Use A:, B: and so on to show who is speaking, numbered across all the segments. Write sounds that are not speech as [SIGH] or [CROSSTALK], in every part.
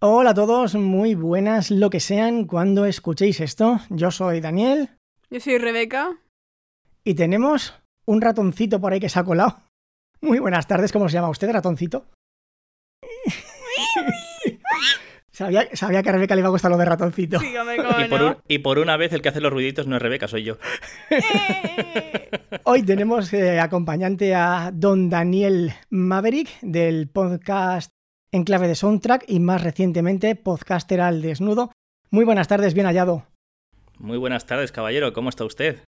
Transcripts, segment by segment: A: Hola a todos, muy buenas lo que sean cuando escuchéis esto. Yo soy Daniel
B: Yo soy
C: [LAUGHS]
B: Rebeca.
A: y tenemos un ratoncito por ahí que se ha colado. [LAUGHS] Muy buenas tardes, ¿cómo se llama usted, ratoncito? [LAUGHS] sabía, sabía que a Rebeca le iba a gustar lo de ratoncito.
B: Sí, hombre, cómo
C: Y por,
B: no.
C: un- y por una vez el que hace los ruiditos no es Rebeca, soy yo.
B: ¡Eh!
A: Hoy tenemos eh, acompañante a don Daniel Maverick del podcast Enclave de Soundtrack y más recientemente Podcaster al Desnudo. Muy buenas tardes, bien hallado.
C: Muy buenas tardes, caballero, ¿cómo está usted?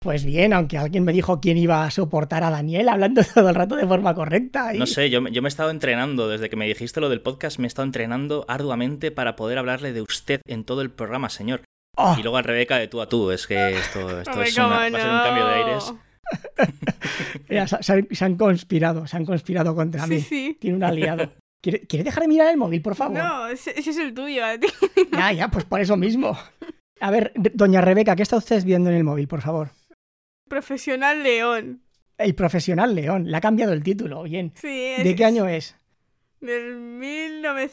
A: Pues bien, aunque alguien me dijo quién iba a soportar a Daniel hablando [LAUGHS] todo el rato de forma correcta. y-
C: No sé, yo, me- yo me he estado entrenando, desde que me dijiste lo del podcast, me he estado entrenando arduamente para poder hablarle de usted en todo el programa, señor.
A: ¡Oh!
C: Y luego a Rebeca de tú a tú, es que esto, [LAUGHS] esto
B: Hombre,
C: es una-
B: cómo
C: va a ser un cambio de
B: no.
C: aires.
A: Mira, se, se han- se han conspirado, se han conspirado contra mí.
B: Sí, sí.
A: Tiene un aliado.
B: [LAUGHS]
A: ¿Quiere, quiere dejar de mirar el móvil, por favor?
B: No, ese, ese es el tuyo. a ti. [LAUGHS]
A: Ya, ya, pues por eso mismo. A ver, re- doña Rebeca, ¿qué está usted viendo en el móvil, por favor?
B: Profesional León.
A: El profesional León, le ha cambiado el título, bien.
B: Sí, es,
A: ¿De qué año es?
B: Del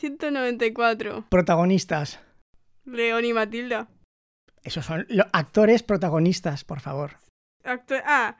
B: 1994.
A: Protagonistas.
B: León y Matilda.
A: Esos son los actores protagonistas, por favor.
B: Acto- Ah,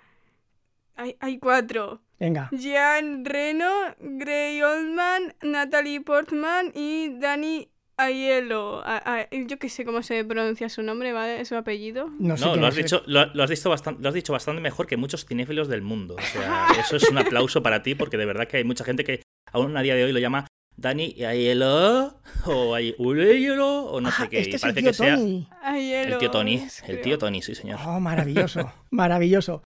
B: hay, hay cuatro.
A: Venga.
B: Jean Reno, Gray Oldman, Natalie Portman y Danny Aiello. A- a- yo qué sé cómo se pronuncia su nombre, ¿vale? Su apellido.
A: No, sé
C: No,
A: quién
C: lo has,
A: es.
C: dicho, lo, lo has dicho bastante, lo has dicho bastante mejor que muchos cinéfilos del mundo. O
A: [LAUGHS]
C: sea, eso es un aplauso para ti, porque de verdad que hay mucha gente que aún a día de hoy lo llama Dani Aiello, o Aiello, o no sé
A: Ah,
C: qué.
A: este
C: y
A: es el
C: parece
A: tío
C: que sea
A: Tony.
B: Aiello.
C: el tío Tony.
B: es,
C: El
B: creo.
C: tío Tony, sí, señor.
A: Oh, maravilloso, [LAUGHS] maravilloso.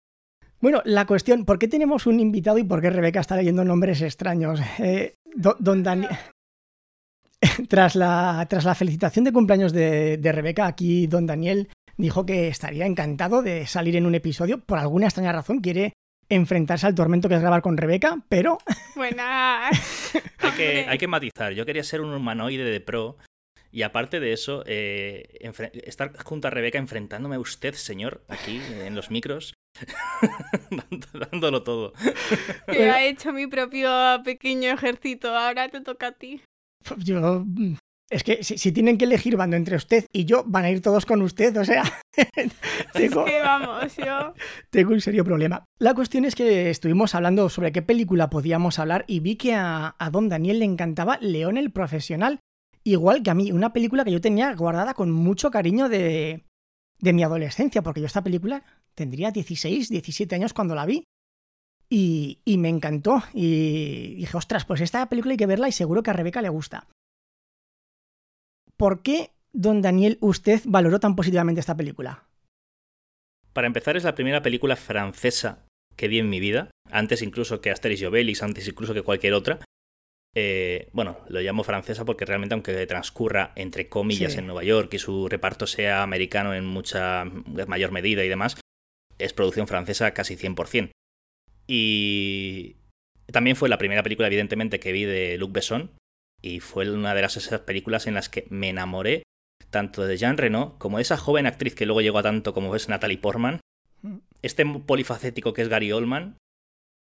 A: Bueno, la cuestión, ¿por qué tenemos un invitado y por qué Rebeca está leyendo nombres extraños? Eh, do- don Dani- [LAUGHS] tras, la, tras la felicitación de cumpleaños de, de Rebeca, aquí don Daniel dijo que estaría encantado de salir en un episodio. Por alguna extraña razón quiere enfrentarse al tormento que es grabar con Rebeca, pero [LAUGHS]
B: Buenas.
C: [LAUGHS] Hay que,
B: Hombre.
C: hay que matizar. Yo quería ser un humanoide de pro. Y aparte de eso, eh, enfre- estar junto a Rebeca enfrentándome a usted, señor, aquí eh, en los micros, [LAUGHS] dando- dándolo todo.
B: Que ha hecho mi propio pequeño ejército. Ahora te toca a ti.
A: pf, yo... mm, Es que si, si tienen que elegir bando entre usted y yo, van a ir todos con usted, o sea... [LAUGHS] tengo-
B: Que vamos, yo.
A: Tengo un serio problema. La cuestión es que estuvimos hablando sobre qué película podíamos hablar y vi que a, a Don Daniel le encantaba León el Profesional, igual que a mí, una película que yo tenía guardada con mucho cariño de, de mi adolescencia, porque yo esta película tendría 16, 17 años cuando la vi. Y, y me encantó. Y dije, ostras, pues esta película hay que verla y seguro que a Rebeca le gusta. ¿Por qué, don Daniel, usted valoró tan positivamente esta película?
C: Para empezar, es la primera película francesa que vi en mi vida, antes incluso que Asterix y Obelix, antes incluso que cualquier otra. Eh, bueno, lo llamo francesa porque realmente, aunque transcurra entre comillas
A: Sí.
C: en Nueva York y su reparto sea americano en mucha en mayor medida y demás, es producción francesa casi 100%. Y también fue la primera película, evidentemente, que vi de Luc Besson y fue una de las esas películas en las que me enamoré tanto de Jean Reno como de esa joven actriz que luego llegó a tanto como es Natalie Portman,
A: Mm.
C: este polifacético que es Gary Oldman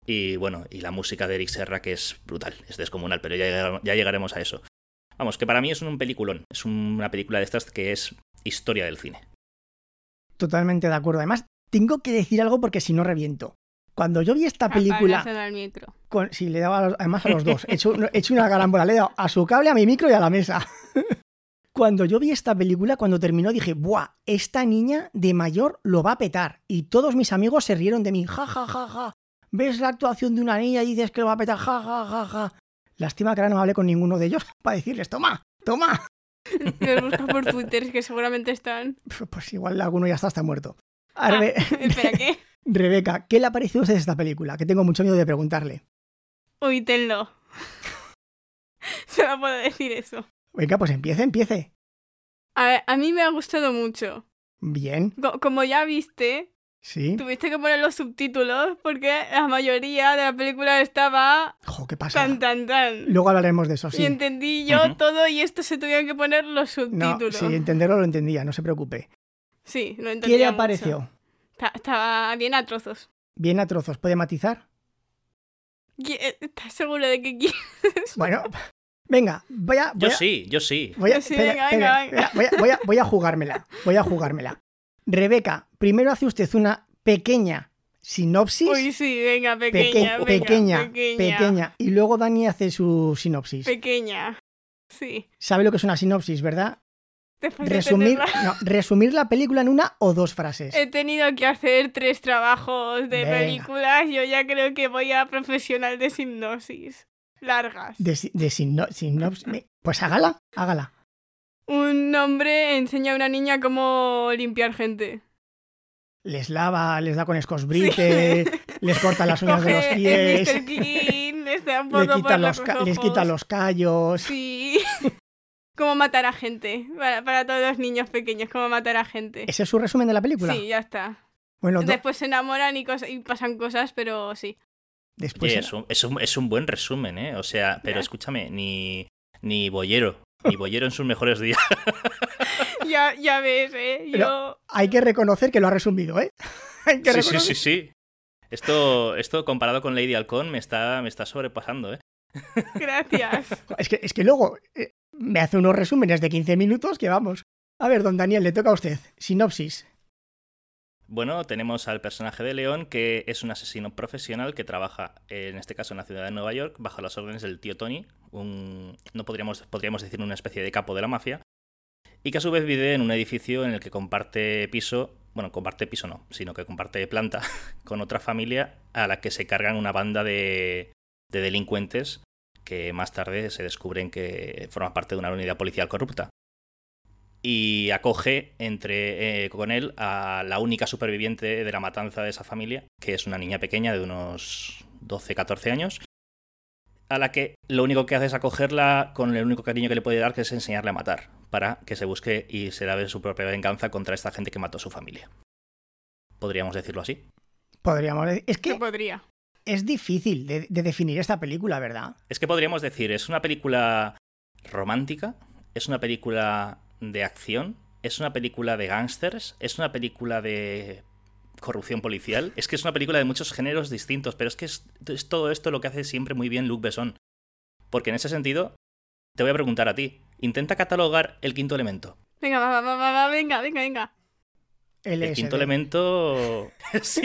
C: y bueno, y la música de Eric Serra que es brutal, es descomunal, pero ya, llega- ya llegaremos a eso. Vamos, que para mí es un peliculón, es una película de estas que es historia del cine.
A: Totalmente de acuerdo. Además, tengo que decir algo porque si no reviento. Cuando yo vi
B: [LAUGHS]
A: esta
B: Campanas
A: película,
B: en el micro.
A: con, si le daba a los- además a los dos, he hecho, he hecho una garambola, le he dado a su cable, a mi micro y a la mesa. [LAUGHS] Cuando yo vi esta película, cuando terminó, dije, ¡buah! Esta niña de mayor lo va a petar. Y todos mis amigos se rieron de mí, ja, ja, ja, ja. ¿Ves la actuación de una niña y dices que lo va a petar? Ja, ja, ja, ja. Lástima que ahora no hablé con ninguno de ellos [LAUGHS] para decirles, toma, toma. [LAUGHS]
B: Los busco por Twitter, que seguramente están. [LAUGHS]
A: Pues igual alguno ya está, está muerto. Ahora ve-
B: Espera, ¿qué?
A: Rebeca, ¿qué le ha parecido a usted esta película? Que tengo mucho miedo de preguntarle.
B: Uy, tenlo. [LAUGHS] Solo puedo decir eso.
A: Venga, pues empiece, empiece.
B: A, ver, a mí me ha gustado mucho.
A: Bien,
B: Co- como ya viste,
A: sí.
B: tuviste que poner los subtítulos porque la mayoría de la película estaba
A: Jo, ¿qué pasa?
B: tan tan tan.
A: Luego hablaremos de eso,
B: Y
A: sí.
B: entendí yo
C: Ujú.
B: todo y esto se tuvieron que poner los
A: No,
B: subtítulos.
A: sí, entenderlo lo entendía, no se preocupe.
B: Sí, lo entendí.
A: ¿Qué le apareció?
B: Estaba bien a trozos.
A: Bien a trozos, ¿puede matizar?
B: Qui- eh, ¿Estás seguro de que quieres?
A: Bueno, [LAUGHS] Venga, voy a.
C: Yo
A: voy a-
C: sí, yo sí.
A: Voy a,
B: Sí,
A: espera,
B: venga,
A: espera,
B: venga,
A: espera, voy a- voy a- voy a jugármela. Voy a jugármela. Rebeca, primero hace usted una pequeña sinopsis.
B: Uy, sí, venga,
A: peque-
B: pequeña, venga,
A: pequeña,
B: pequeña,
A: pequeña. Y luego Dani hace su sinopsis.
B: pequeña. Sí.
A: ¿Sabe lo que es una sinopsis, verdad?
B: Te falta
A: Resumir,
B: tenerla.
A: no, resumir la película en una o dos frases.
B: He tenido que hacer tres trabajos de
A: Venga.
B: películas. Yo ya creo que voy a profesional de hipnosis. Largas.
A: De, si- de sino- sinopsis.
B: Ah.
A: Me- Pues hágala, hágala.
B: Un hombre enseña a una niña cómo limpiar gente.
A: Les lava, les da con escosbrite, [LAUGHS] les corta las uñas de los
B: Coge el
A: pies,
B: Mr. Clean, les da un
A: le
B: poco
A: quita
B: por
A: los ca- les quita
B: ojos.
A: los callos.
B: Sí. [LAUGHS] cómo matar a gente. Para, para todos los niños pequeños, cómo matar a gente.
A: ¿Ese es su resumen de la película?
B: Sí, ya está.
A: Bueno, do-
B: Después se enamoran y, cosas- y pasan cosas, pero sí. [LAUGHS]
A: después.
C: Oye, es, un, es un- es un buen resumen, ¿eh? O sea, pero
B: Ya.
C: escúchame, ni, ni Bollero, ni Bollero en sus mejores días.
B: Ya, ya ves, ¿eh? Yo...
A: Hay que reconocer que lo ha resumido, ¿eh? [LAUGHS] Hay [LAUGHS] que
C: Sí, sí,
A: reconocer-
C: sí, sí. Esto, esto comparado con Lady Halcón me está, me está sobrepasando, ¿eh?
B: Gracias.
A: [LAUGHS] Es que, es que luego eh, me hace unos resúmenes de 15 minutos que vamos. A ver, don Daniel, le toca a usted. Sinopsis.
C: Bueno, tenemos al personaje de León, que es un asesino profesional que trabaja, eh, en este caso, en la ciudad de Nueva York, bajo las órdenes del tío Tony, un, no podríamos, podríamos decir una especie de capo de la mafia, y que a su vez vive en un edificio en el que comparte piso, bueno, comparte piso no, sino que comparte planta [LAUGHS] con otra familia a la que se cargan una banda de, de delincuentes que más tarde se descubren que forman parte de una unidad policial corrupta y acoge entre eh, con él a la única superviviente de la matanza de esa familia, que es una niña pequeña de unos 12-14 años, a la que lo único que hace es acogerla con el único cariño que le puede dar, que es enseñarle a matar, para que se busque y se lave su propia venganza contra esta gente que mató a su familia. Podríamos decirlo así.
A: Podríamos decir. Es
B: Que
A: que
B: podría.
A: es difícil de, de definir esta película, ¿verdad?
C: Es que podríamos decir, es una película romántica, es una película de acción, es una película de gángsters, es una película de corrupción policial. Es que es una película de muchos géneros distintos, pero es que es, es todo esto lo que hace siempre muy bien Luc Besson. Porque en ese sentido, te voy a preguntar a ti, intenta catalogar el quinto elemento.
B: Venga, va, va, va, va, va, venga, venga, venga.
C: El
A: LSD.
C: quinto elemento... sí.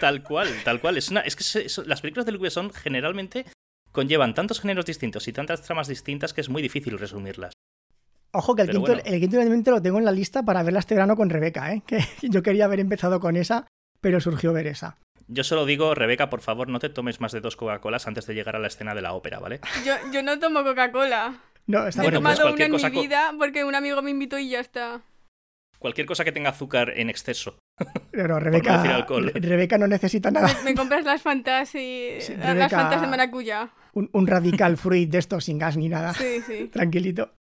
C: tal cual, tal cual. Es, una, es que se- son- las películas de Luc Besson generalmente conllevan tantos géneros distintos y tantas tramas distintas que es muy difícil resumirlas.
A: Ojo que el
C: Pero
A: quinto,
C: bueno.
A: el quinto elemento lo tengo en la lista para verla este verano con Rebeca, ¿eh? [LAUGHS] Que yo quería haber empezado con esa, pero surgió ver esa.
C: Yo solo digo, Rebeca, por favor, no te tomes más de dos Coca-Colas antes de llegar a la escena de la ópera, ¿vale?
B: Yo, yo no tomo Coca-Cola.
A: No, está
B: Yo he
C: Bueno, pues
B: tomado una
C: cualquier
B: en
C: cosa
B: mi
C: co-
B: vida porque un amigo me invitó y ya está.
C: Cualquier cosa que tenga azúcar en exceso.
A: Pero
C: no
A: Rebeca,
C: decir alcohol.
A: Rebeca no necesita nada.
B: Me, me compras las fantas y...
A: [LAUGHS] Sí,
B: las
A: Rebeca-
B: fantas de
A: [LAUGHS]
B: maracuyá.
A: Un, un radical fruit de estos sin gas ni nada.
B: Sí, sí.
A: Tranquilito.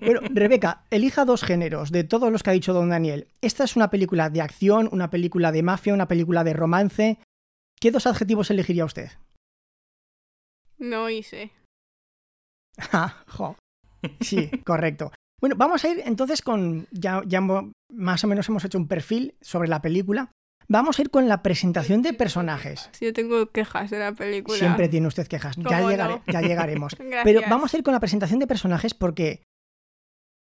A: Bueno,
C: [LAUGHS]
A: Rebeca, elija dos géneros de todos los que ha dicho don Daniel. Esta es una película de acción, una película de mafia, una película de romance. ¿Qué dos adjetivos elegiría usted?
B: No hice.
A: Ah, [LAUGHS] jo. Sí, correcto. Bueno, vamos a ir entonces con. Ya, ya mo- más o menos hemos hecho un perfil sobre la película. Vamos a ir con la presentación de personajes.
B: Sí, yo tengo quejas de la película.
A: Siempre tiene usted quejas. Ya,
B: ¿Cómo
A: llegaré-
B: no?
A: ya llegaremos.
B: [LAUGHS] Gracias.
A: Pero vamos a ir con la presentación de personajes porque.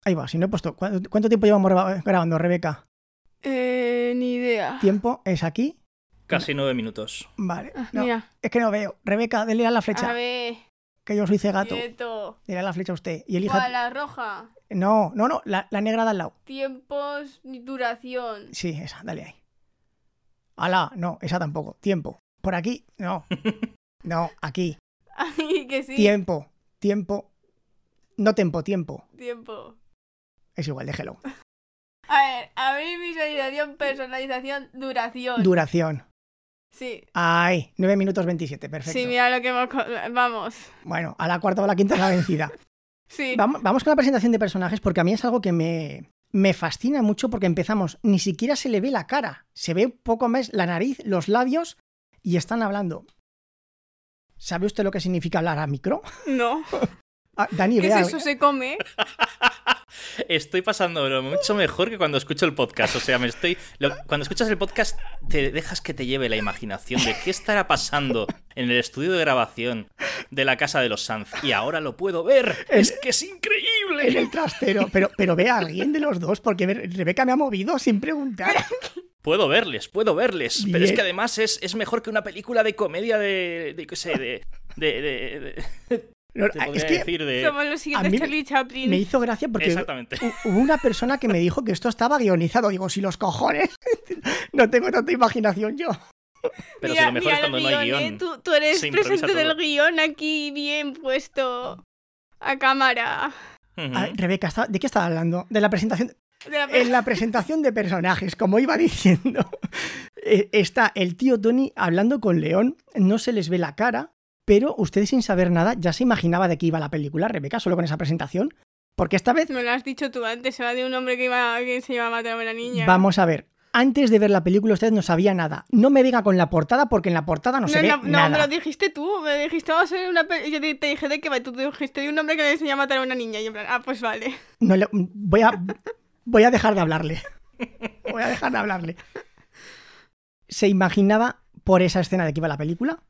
A: Ahí va, si no he puesto. ¿Cuánto cuánto tiempo llevamos graba- grabando, Rebeca?
B: Eh, ni idea.
A: ¿Tiempo es aquí?
C: Casi nueve minutos.
A: Vale.
B: Ah,
A: No,
B: Mira,
A: es que no veo. Rebeca, dele a la
B: a
A: flecha.
B: ver, Eh,
A: Que yo soy cegato.
B: quieto.
A: Dele a la flecha a usted. Y
B: O a
A: elija.
B: la roja.
A: No, no, no. La, la negra de al lado.
B: Tiempos, duración.
A: Sí, esa, dale ahí. Ala, no, esa tampoco. Tiempo. Por aquí,
B: [LAUGHS]
A: no. No, aquí.
B: [LAUGHS] Ay, que sí.
A: Tiempo. Tiempo. No tiempo, tiempo.
B: Tiempo.
A: Es igual, déjelo.
B: A ver, abrir visualización, personalización, duración.
A: Duración.
B: sí.
A: Ay, 9 minutos 27, perfecto.
B: Sí, mira lo que hemos... co- Vamos.
A: Bueno, a la cuarta o a la quinta es la
B: [LAUGHS]
A: vencida.
B: Sí.
A: Vamos, vamos con la presentación de personajes porque a mí es algo que me, me fascina mucho porque empezamos, ni siquiera se le ve la cara, se ve un poco más la nariz, los labios y están hablando. ¿Sabe usted lo que significa hablar a micro?
B: No.
A: [LAUGHS] Ah, Dani,
B: ¿Qué es
A: vea,
B: eso? ¿Se come?
C: estoy pasándolo mucho mejor que cuando escucho el podcast. O sea, me estoy. lo- cuando escuchas el podcast, te dejas que te lleve la imaginación de qué estará pasando en el estudio de grabación de la casa de los Sanz. Y ahora lo puedo ver. Es que es
A: En
C: increíble.
A: el trastero. Pero, pero ve a alguien de los dos, porque ver- Rebeca me ha movido sin preguntar.
C: Puedo verles, puedo verles. Pero es
A: Bien.
C: que además es, es mejor que una película de comedia de. de qué sé, de. de, de- de-
A: No,
C: te
A: Ah, es
C: podría
A: que
C: decir de.
B: Somos los
A: a mí
B: siguientes
A: me-
B: Charlie Chaplin.
A: me hizo gracia porque
C: Exactamente.
A: hu- hubo una persona que me dijo que esto estaba guionizado. Digo, si los cojones. [LAUGHS] No tengo tanta imaginación yo.
C: Pero
B: mira,
C: si lo mejor
B: mira
C: es cuando
B: el
C: no hay
B: guión, ¿eh?
C: guión.
B: Tú, tú eres
C: Se improvisa
B: presente del
C: todo.
B: guión aquí bien puesto a cámara.
C: Ujú.
A: A ver, Rebeca, ¿estaba- ¿de qué estaba hablando? De la presentación.
B: De la
A: En
B: persona
A: la presentación de personajes, como iba diciendo, [LAUGHS] eh, está el tío Tony hablando con León. No se les ve la cara, pero usted sin saber nada ya se imaginaba de qué iba la película, Rebeca, solo con esa presentación. Porque esta vez
B: Me lo has dicho tú antes, era de un hombre que, iba, que se iba a matar a una niña.
A: Vamos a ver. Antes de ver la película usted no sabía nada. No me venga con la portada porque en la portada no, se ve
B: no, no,
A: nada.
B: me lo dijiste tú, me dijiste, vamos a ver una peli- Yo te, te dije de que va, tú te dijiste de un hombre que le enseñó a matar a una niña. Y yo, en plan, ah, pues vale. [LAUGHS]
A: No le- voy a voy a dejar de hablarle. [LAUGHS] Voy a dejar de hablarle. Se imaginaba por esa escena de que iba la película,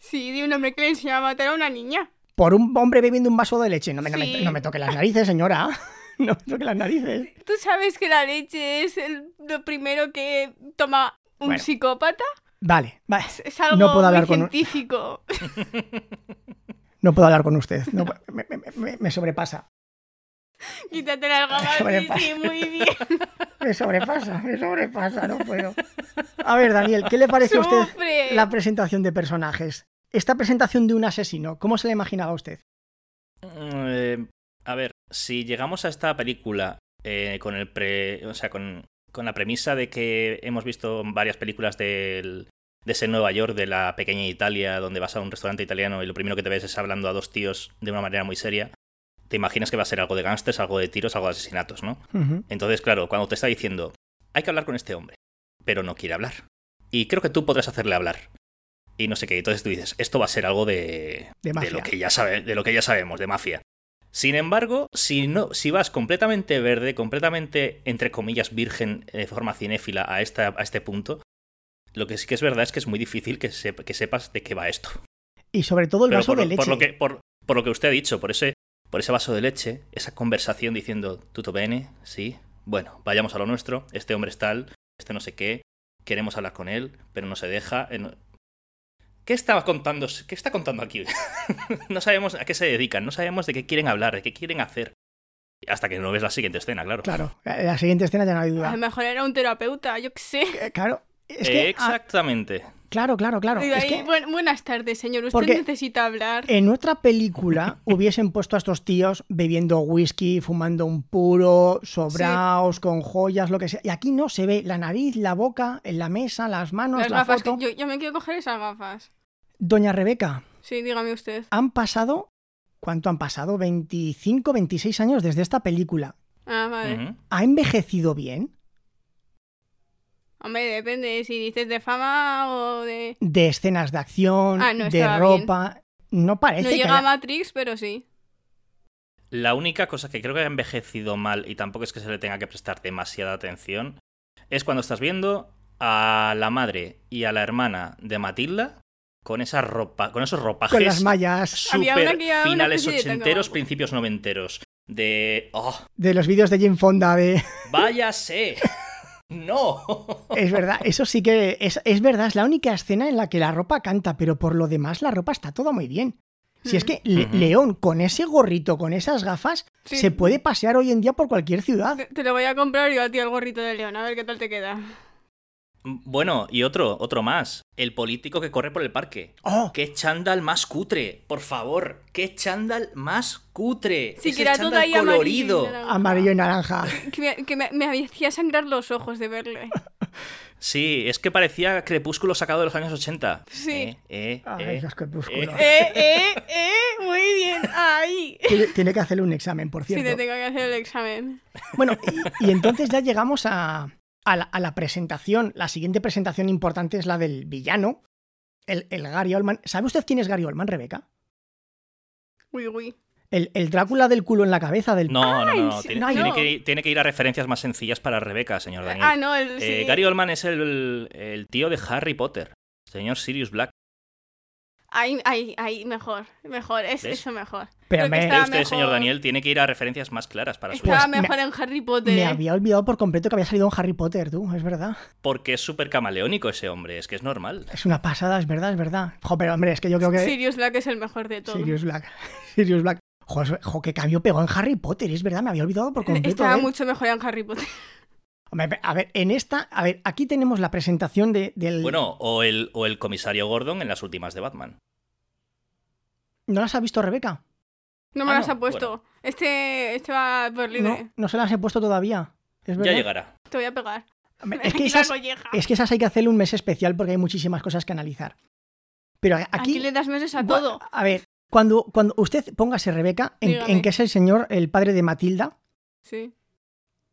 B: Sí, de un hombre que le enseñó a matar a una niña.
A: por un hombre bebiendo un vaso de leche. No me, no me-
B: Sí.
A: no me toque
B: [LAUGHS]
A: las narices, señora. [LAUGHS] No me toque las narices.
B: ¿Tú sabes que la leche es el- lo primero que toma un
A: Bueno.
B: psicópata?
A: Vale, vale.
B: Es, es algo
A: No puedo hablar
B: muy
A: con un-
B: científico. [LAUGHS]
A: No puedo hablar con usted. No pu- me- me- me- me sobrepasa.
B: Quítate
A: [LAUGHS]
B: las gafas,
A: Vale,
B: sí,
A: pa-
B: sí,
A: [LAUGHS]
B: muy bien.
A: Me sobrepasa, me sobrepasa, no puedo. A ver, Daniel, ¿qué le
B: [LAUGHS]
A: parece a usted
B: Sufre.
A: La presentación de personajes. Esta presentación de un asesino, ¿cómo se la imaginaba usted?
C: Mm, eh, a ver, si llegamos a esta película eh, con el pre, o sea, con, con la premisa de que hemos visto varias películas del- de ese Nueva York, de la pequeña Italia, donde vas a un restaurante italiano y lo primero que te ves es hablando a dos tíos de una manera muy seria, te imaginas que va a ser algo de gángsters, algo de tiros, algo de asesinatos, ¿no? Entonces, claro, cuando te está diciendo, hay que hablar con este hombre, pero no quiere hablar. Y creo que tú podrás hacerle hablar. Y no sé qué. Entonces tú dices, esto va a ser algo de,
A: De mafia.
C: lo que ya sabe, de lo que ya sabemos, de mafia. Sin embargo, si no, si vas completamente verde, completamente entre comillas virgen eh, de forma cinéfila a esta, a este punto, lo que sí que es verdad es que es muy difícil que, sep- que sepas de qué va esto.
A: Y sobre todo el
C: Pero
A: vaso
C: por,
A: de
C: lo-
A: leche.
C: por lo que, por, por lo que usted ha dicho, por ese, por ese vaso de leche, esa conversación diciendo, tutto bene, sí, bueno, vayamos a lo nuestro, este hombre es tal, este no sé qué, queremos hablar con él, pero no se deja. eh, no- ¿Qué estaba contando? ¿Qué está contando aquí? [LAUGHS] no sabemos a qué se dedican, no sabemos de qué quieren hablar, de qué quieren hacer. Hasta que no ves la siguiente escena, claro.
A: Claro, la la siguiente escena ya no hay
B: A lo
A: duda.
B: mejor era un terapeuta, yo qué sé.
A: Eh, Claro, es que. ah,
C: Exactamente.
A: claro, claro, claro.
B: Y de
A: Es
B: ahí,
A: que
B: "Buen- buenas tardes, señor. Usted
A: Porque-
B: necesita hablar.
A: en otra
C: [LAUGHS]
A: película hubiesen puesto a estos tíos bebiendo whisky, fumando un puro, sobraos, con joyas, lo que sea. Y aquí no se ve la nariz, la boca, en la mesa, las manos,
B: Las
A: la
B: gafas. que-
A: foto.
B: Yo, yo me quiero coger esas gafas.
A: Doña Rebeca,
B: Sí, dígame usted.
A: han pasado. ¿Cuánto han pasado? 25, 26 años desde esta película.
B: Ah, vale.
C: Ujú.
A: ¿Ha envejecido bien?
B: Hombre, depende si dices de fama o de.
A: de escenas de acción,
B: Ah, no,
A: de
B: estaba
A: ropa. No parece
B: No
A: que
B: llega a
A: haya-
B: Matrix, pero sí.
C: La única cosa que creo que ha envejecido mal y tampoco es que se le tenga que prestar demasiada atención es cuando estás viendo a la madre y a la hermana de Matilda con esa ropa, con esos ropajes
A: con las
C: [LAUGHS]
A: mallas
B: Había
C: súper
B: una que llevaba una
C: finales
B: especie de tanga
C: ochenteros,
B: guapo.
C: principios noventeros de oh,
A: de los vídeos de Jim Fonda de
B: [LAUGHS]
C: váyase. no.
A: es verdad, eso sí que es, es verdad, es la única escena en la que la ropa canta, pero por lo demás la ropa está toda muy bien. Si es
B: Mm.
A: que Le-
C: Ujú.
A: León con ese gorrito, con esas gafas,
B: Sí.
A: se puede pasear hoy en día por cualquier ciudad.
B: Te, te lo voy a comprar yo a ti el gorrito de león, a ver qué tal te queda.
C: Bueno, y otro, otro más, el político que corre por el parque.
A: Oh,
C: ¡Qué chándal más cutre! Por favor, ¡qué chándal más cutre!
B: Si
C: Ese
B: queda todo
C: chándal
B: ahí
C: colorido.
B: amarillo. y naranja.
A: amarillo y naranja.
B: Que, me, que me- me hacía sangrar los ojos
A: [LAUGHS]
B: de verle.
C: Sí, es que parecía Crepúsculo sacado de los años 80.
B: Sí.
C: Eh, eh,
A: Ay,
C: eh.
A: los crepúsculos.
B: ¡Eh, eh, eh! Muy bien, ahí.
A: Tiene, tiene que hacerle un examen, por
B: Si
A: cierto.
B: te tengo que hacer el examen.
A: Bueno, y, y entonces ya llegamos a, a la, a la presentación. La siguiente presentación importante es la del villano, el, el Gary Oldman. ¿Sabe usted quién es Gary Oldman, Rebeca?
B: Uy, uy.
A: El, el Drácula del culo en la cabeza del...
C: No, no,
B: Ay,
C: no, no.
B: sí,
C: Tiene,
A: no,
C: tiene
B: no.
C: que, ir- tiene que ir a referencias más sencillas para Rebeca, señor Daniel.
B: Ah, no, el.
C: Eh,
B: sí.
C: Gary Oldman es el, el tío de Harry Potter, señor Sirius Black.
B: Ahí, ahí, ahí, mejor. Mejor, es,
C: ¿Ves?
B: eso mejor.
A: Pero
B: creo que
A: me,
C: Eh,
B: Está
C: usted,
B: mejor.
C: señor Daniel, tiene que ir a referencias más claras para su
B: Estaba
A: Pues me-
B: mejor en Harry Potter.
A: me
B: ¿eh?
A: había olvidado por completo que había salido un Harry Potter, tú, es verdad.
C: Porque es súper camaleónico ese hombre, es que es normal.
A: Es una pasada, es verdad, es verdad. Jo, pero hombre, es que yo creo que...
B: Sirius Black es el mejor de todos.
A: Sirius Black. [LAUGHS] Sirius Black. Jo, es- jo, qué cambio pegó en Harry Potter, es verdad, me había olvidado por completo. ¿eh?
B: Estaba
A: de él.
B: mucho mejor en Harry Potter. [LAUGHS]
A: Hombre, pe- A ver, en esta, a ver, aquí tenemos la presentación de- del.
C: Bueno, o el, o el comisario Gordon en las últimas de Batman.
A: ¿No las ha visto Rebeca?
B: No me
C: Ah,
B: las
C: no,
B: ha puesto. Este, este va por libre.
A: No, no se las he puesto todavía. Es
C: Ya
A: verdad.
C: llegará.
B: Te voy a pegar.
A: Hombre,
B: [LAUGHS]
A: Es que,
B: Y la
A: esas,
B: colleja.
A: es que esas hay que hacerle un mes especial porque hay muchísimas cosas que analizar. Pero a-
B: Aquí...
A: aquí.
B: le das meses a
A: Gua-
B: todo.
A: A ver, cuando, cuando usted póngase Rebeca en,
B: Dígame.
A: en que es el señor, el padre de Matilda,
B: Sí.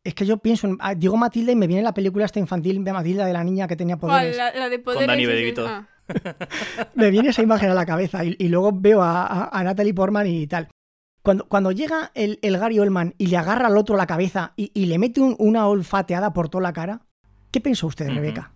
A: es que yo pienso, en- ah, digo Matilda y me viene la película esta infantil de Matilda de la niña que tenía
B: ¿Cuál?
A: poderes.
B: La, la de poderes.
C: Dani
B: es decir,
C: Bedeguito.
B: ah.
A: me viene esa imagen a la cabeza y, y luego veo a, a- a Natalie Portman y tal. Cuando, cuando llega el, el Gary Oldman y le agarra al otro la cabeza y, y le mete un- una olfateada por toda la cara, ¿qué pensó usted,
C: Ujú.
A: Rebeca?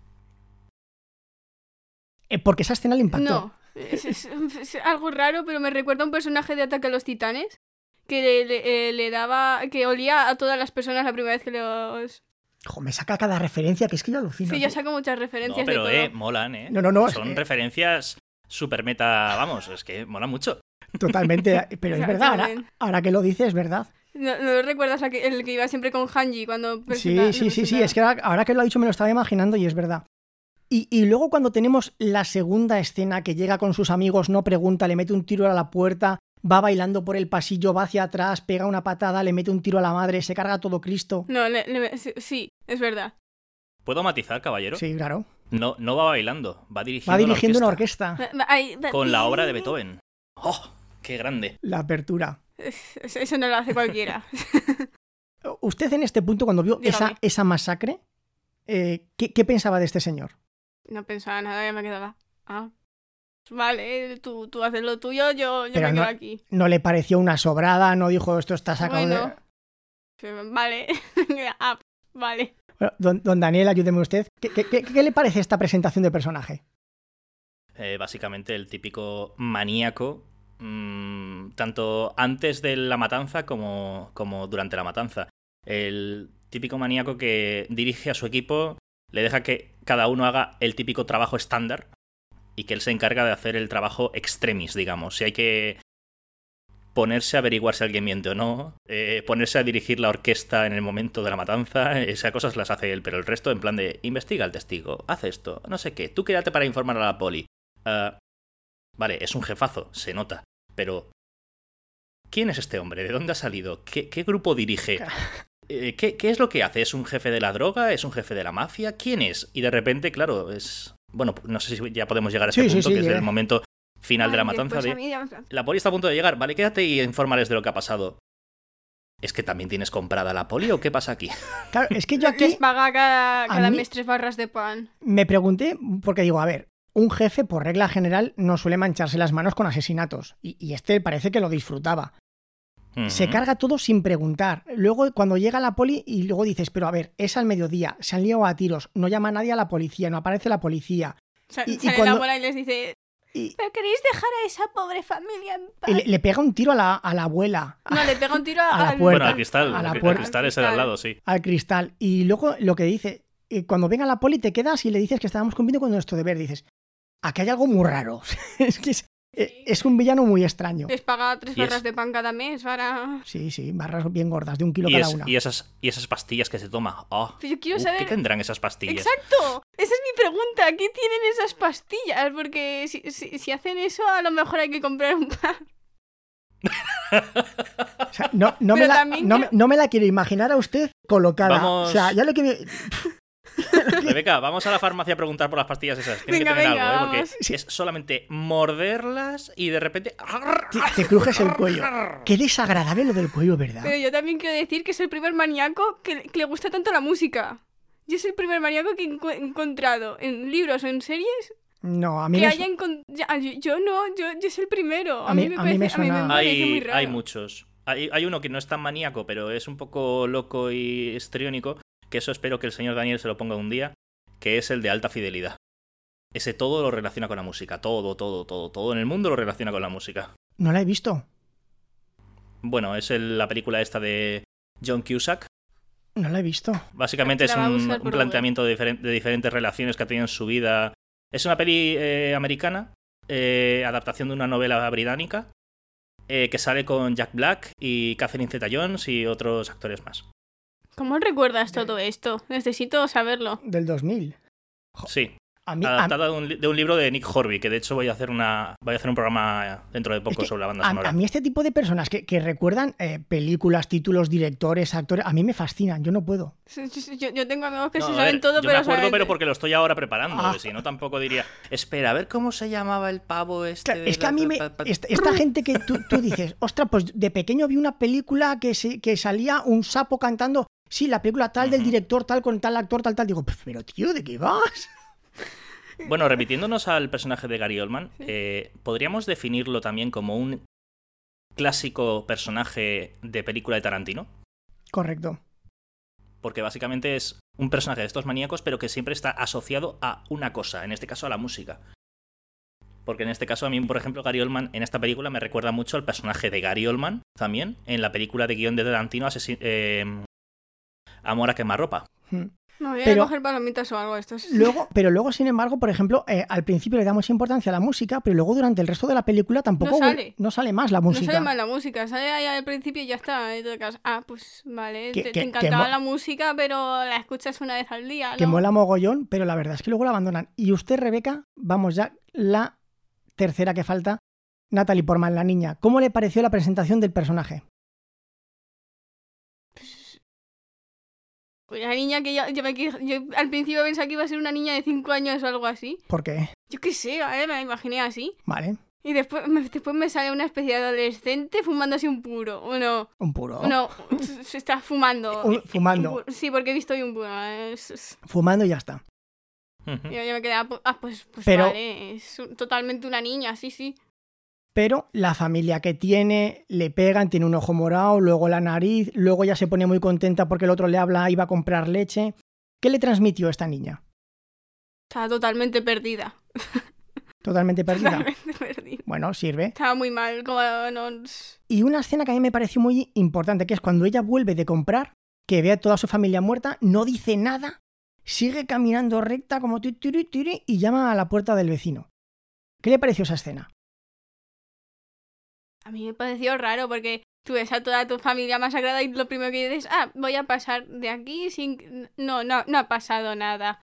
A: Eh, porque esa escena le impactó.
B: No, es, es- es algo raro, pero me recuerda a un personaje de Ataque a los Titanes que le, le- eh, le daba, que olía a todas las personas la primera vez que los...
A: Jo, me saca cada referencia, que es que yo alucino.
B: Sí,
A: tío.
B: yo saco muchas referencias
C: No, pero
B: de
C: eh,
B: todo.
C: molan, ¿eh?
A: No, no, no,
C: Son
A: eh.
C: referencias super meta, vamos, es que mola mucho.
B: [LAUGHS]
A: Totalmente. Pero es
B: Ya,
A: verdad, ahora,
B: también.
A: ahora que lo dices, es verdad.
B: ¿No, no recuerdas la que- el que iba siempre con Hanji cuando
A: Sí,
B: presenta-
A: sí,
B: lo
A: sí, sí,
B: presentaba?
A: es que ahora, ahora que lo ha dicho me lo estaba imaginando y es verdad. Y, y luego cuando tenemos la segunda escena que llega con sus amigos, no pregunta, le mete un tiro a la puerta, va bailando por el pasillo, va hacia atrás, pega una patada, le mete un tiro a la madre, se carga a todo Cristo.
B: No, le- le- sí, sí, es verdad.
C: ¿Puedo matizar, caballero?
A: Sí, claro.
C: No, no va bailando, va dirigiendo,
A: Va dirigiendo
C: la
A: una
C: orquesta,
A: orquesta.
B: Ay,
C: Con
B: [LAUGHS]
C: la obra de Beethoven. ¡Oh! ¡Qué grande!
A: La apertura.
B: Es- es- Eso no lo hace cualquiera. [LAUGHS]
A: Usted en este punto, cuando vio
B: Dígame.
A: esa, esa masacre, eh, ¿qué, qué pensaba de este señor?
B: No pensaba nada, ya me quedaba. Ah. Vale, tú, tú haces lo tuyo, yo, yo
A: Pero
B: me
A: no-
B: quedo aquí.
A: ¿No le pareció una sobrada? ¿No dijo esto está sacado de...
B: Bueno. Eh, Vale. [LAUGHS] Ah, vale.
A: Bueno, don, don Daniel, ayúdeme usted. ¿Qué- qué- qué- qué le parece esta presentación de personaje?
C: Eh, básicamente el típico maníaco, mm, tanto antes de la matanza como, como durante la matanza. El típico maníaco que dirige a su equipo, le deja que cada uno haga el típico trabajo estándar y que él se encarga de hacer el trabajo extremis, digamos. Si hay que ponerse a averiguar si alguien miente o no, eh, ponerse a dirigir la orquesta en el momento de la matanza, [LAUGHS] esas cosas las hace él, pero el resto en plan de investiga al testigo, haz esto, no sé qué, tú quédate para informar a la poli, Ah, vale, es un jefazo, se nota, pero... ¿Quién es este hombre? ¿De dónde ha salido? ¿Qué, qué grupo dirige? [LAUGHS] Eh, ¿qué, qué es lo que hace? ¿Es un jefe de la droga? ¿Es un jefe de la mafia? ¿Quién es? Y de repente, claro, es... Bueno, no sé si ya podemos llegar a este
A: Sí, sí,
C: punto,
A: sí,
C: que es
A: llega.
C: el momento final de la
B: Vale,
C: matanza
B: pues
C: de...
B: a mí ya me-
C: La poli está a punto de llegar. Vale, quédate y informales de lo que ha pasado. ¿Es que también tienes comprada la poli o qué pasa aquí?
A: Claro, es
B: [LAUGHS]
A: que yo
B: Les
A: aquí
B: paga cada,
A: a
B: cada
A: mí-
B: mes tres barras de pan.
A: me pregunté, porque digo, a ver, un jefe por regla general no suele mancharse las manos con asesinatos, y, y este parece que lo disfrutaba. Se
C: Ujú.
A: carga todo sin preguntar. Luego, cuando llega la poli, y luego dices, pero a ver, es al mediodía, se han liado a tiros, no llama a nadie a la policía, no aparece la policía.
B: Sa-
A: Y- y
B: sale
A: cuando-
B: la bola y les dice,
A: Y,
B: ¿pero queréis dejar a esa pobre familia en paz?
A: y le, le pega un tiro a la, a la abuela.
B: No, le pega un
A: [LAUGHS]
B: tiro
A: A la
B: al...
A: puerta.
C: Bueno, al cristal.
A: A la
C: al cri- al
A: puerta.
C: cristal es el al lado, sí.
A: al cristal. Y luego lo que dice, eh, cuando venga la poli te quedas y le dices que estábamos cumpliendo con nuestro deber. Dices, aquí hay algo muy raro. [LAUGHS] es que es, eh, es un villano muy extraño.
B: Les paga tres
C: Y es-
B: barras de pan cada mes para...
A: Sí, sí, barras bien gordas, de un kilo
C: Y,
A: cada
C: es-
A: una.
C: y esas, y esas pastillas que se toma. Oh,
B: Pero yo quiero
C: uh, ¿Qué
B: saber...
C: tendrán esas pastillas?
B: ¡Exacto! Esa es mi pregunta. ¿Qué tienen esas pastillas? Porque si, si- si hacen eso, a lo mejor hay que comprar un par.
A: O sea, no, no me
B: [LAUGHS] Pero
A: la,
B: también
A: no,
B: creo-
A: me- no me la quiero imaginar a usted colocada.
C: Vamos.
A: O sea, ya lo que me-
C: Rebeca, vamos a la farmacia a preguntar por las pastillas esas. Tienen
B: Venga,
C: que tener
B: venga,
C: algo, ¿eh? Porque
A: vamos.
C: es solamente morderlas y de repente.
A: te, te crujes el cuello. Qué desagradable lo del cuello, ¿verdad?
B: Pero yo también quiero decir que es el primer maníaco que, que le gusta tanto la música. Yo es el primer maníaco que he encu- encontrado en libros o en series
A: No, a mí
B: que
A: me
B: hayan con- ya, yo, yo no, yo, yo soy el primero.
A: A
B: A
A: mí-
B: mí, me,
A: a mí me
B: parece, a mí me
A: suena-
B: parece
C: Hay,
B: muy raro.
C: hay muchos. Hay, hay uno que no es tan maníaco, pero es un poco loco y histriónico, que eso espero que el señor Daniel se lo ponga un día, que es el de alta fidelidad. Ese todo lo relaciona con la música, todo, todo, todo, todo en el mundo lo relaciona con la música.
A: No la he visto.
C: Bueno, es el- la película esta de John Cusack.
A: No la he visto.
C: Básicamente
B: La
C: es
B: va a
C: un,
B: buscar
C: un
B: por
C: planteamiento de, diferen- de diferentes relaciones que ha tenido en su vida. Es una peli eh, americana, eh, adaptación de una novela británica, eh, que sale con Jack Black y Catherine Zeta-Jones y otros actores más.
B: ¿Cómo recuerdas todo esto? Necesito saberlo.
A: Del 2000.
C: Sí,
A: A mí, a,
C: adaptada de un, li- de un libro de Nick Horby, que de hecho voy a hacer una voy a hacer un programa dentro de poco
A: que
C: sobre la banda
A: a-
C: sonora.
A: a mí este tipo de personas que, que recuerdan eh, películas, títulos, directores, actores, a mí me fascinan. Yo no puedo.
B: Sí, sí, sí, Yo, yo tengo amigos que
C: No,
B: se
C: a
B: saben
C: ver,
B: todo,
C: yo
B: pero
C: me acuerdo,
B: saben-
C: pero porque lo estoy ahora preparando,
A: Ah.
C: que si no tampoco diría, espera, a ver cómo se llamaba el pavo este.
A: Claro,
C: de
A: es que
C: la-
A: a mí me.
C: pa- pa-
A: Esta, esta gente que tú, tú dices, ostras, pues de pequeño vi una película que, se- que salía un sapo cantando. Sí, la película tal del
C: Ujú.
A: director, tal con tal actor, tal, tal. Digo, "Pues, pero tío, ¿de qué vas?
C: Bueno, remitiéndonos al personaje de Gary Oldman, eh, podríamos definirlo también como un clásico personaje de película de Tarantino,
A: Correcto.
C: porque básicamente es un personaje de estos maníacos, pero que siempre está asociado a una cosa, en este caso a la música. Porque en este caso a mí, por ejemplo, Gary Oldman en esta película me recuerda mucho al personaje de Gary Oldman también, en la película de guión de Tarantino, Asesi- eh, Amor a quemarropa.
A: Mm.
B: Me voy a
A: Pero-
B: coger palomitas o algo de estos.
A: Luego, pero luego, sin embargo, por ejemplo, eh, al principio le damos importancia a la música, pero luego durante el resto de la película tampoco
B: No sale.
A: no sale más la
B: no
A: música.
B: sale mal la música, sale ahí al principio y ya está. y te quedas, ah, pues vale,
A: Que- que-
B: te, te
A: que
B: encantaba
A: mo-
B: la música, pero la escuchas una vez al día. ¿no?
A: que mola mogollón, pero la verdad es que luego la abandonan. Y usted, Rebeca, vamos ya, la tercera que falta, Natalie Portman, la niña. ¿Cómo le pareció la presentación del personaje?
B: Una Pues niña que ya, yo, me que- yo al principio pensaba que iba a ser una niña de 5 años o algo así.
A: Porque,
B: Yo qué sé, ¿vale? me la imaginé así.
A: vale,
B: Y después me, después me sale una especie de adolescente fumándose un puro. Uno,
A: un puro.
B: uno se está fumando.
A: Oh. [LAUGHS] Un- fumando.
B: eh, Un puro. Sí, porque he visto hoy un puro. ¿eh? Es- es-
A: Fumando y ya está.
C: Ujú.
B: Yo, yo me quedé, ah, pu- ah, pues, pues
A: Pero-
B: vale, es un- totalmente una niña, sí, sí.
A: Pero la familia que tiene, le pegan, tiene un ojo morado, luego la nariz, luego ya se pone muy contenta porque el otro le habla, iba a comprar leche. ¿Qué le transmitió esta niña?
B: Estaba totalmente perdida.
A: Totalmente perdida.
B: [LAUGHS] Totalmente perdida.
A: Bueno, sirve.
B: Estaba muy mal, como no...
A: Y una escena que a mí me pareció muy importante, que es cuando ella vuelve de comprar, que ve a toda su familia muerta, no dice nada, sigue caminando recta como tu, turi, turi, y llama a la puerta del vecino. ¿Qué le pareció esa escena?
B: A mí me pareció raro porque tú ves a toda tu familia masacrada y lo primero que dices, ah, voy a pasar de aquí sin... No, no, no ha pasado nada.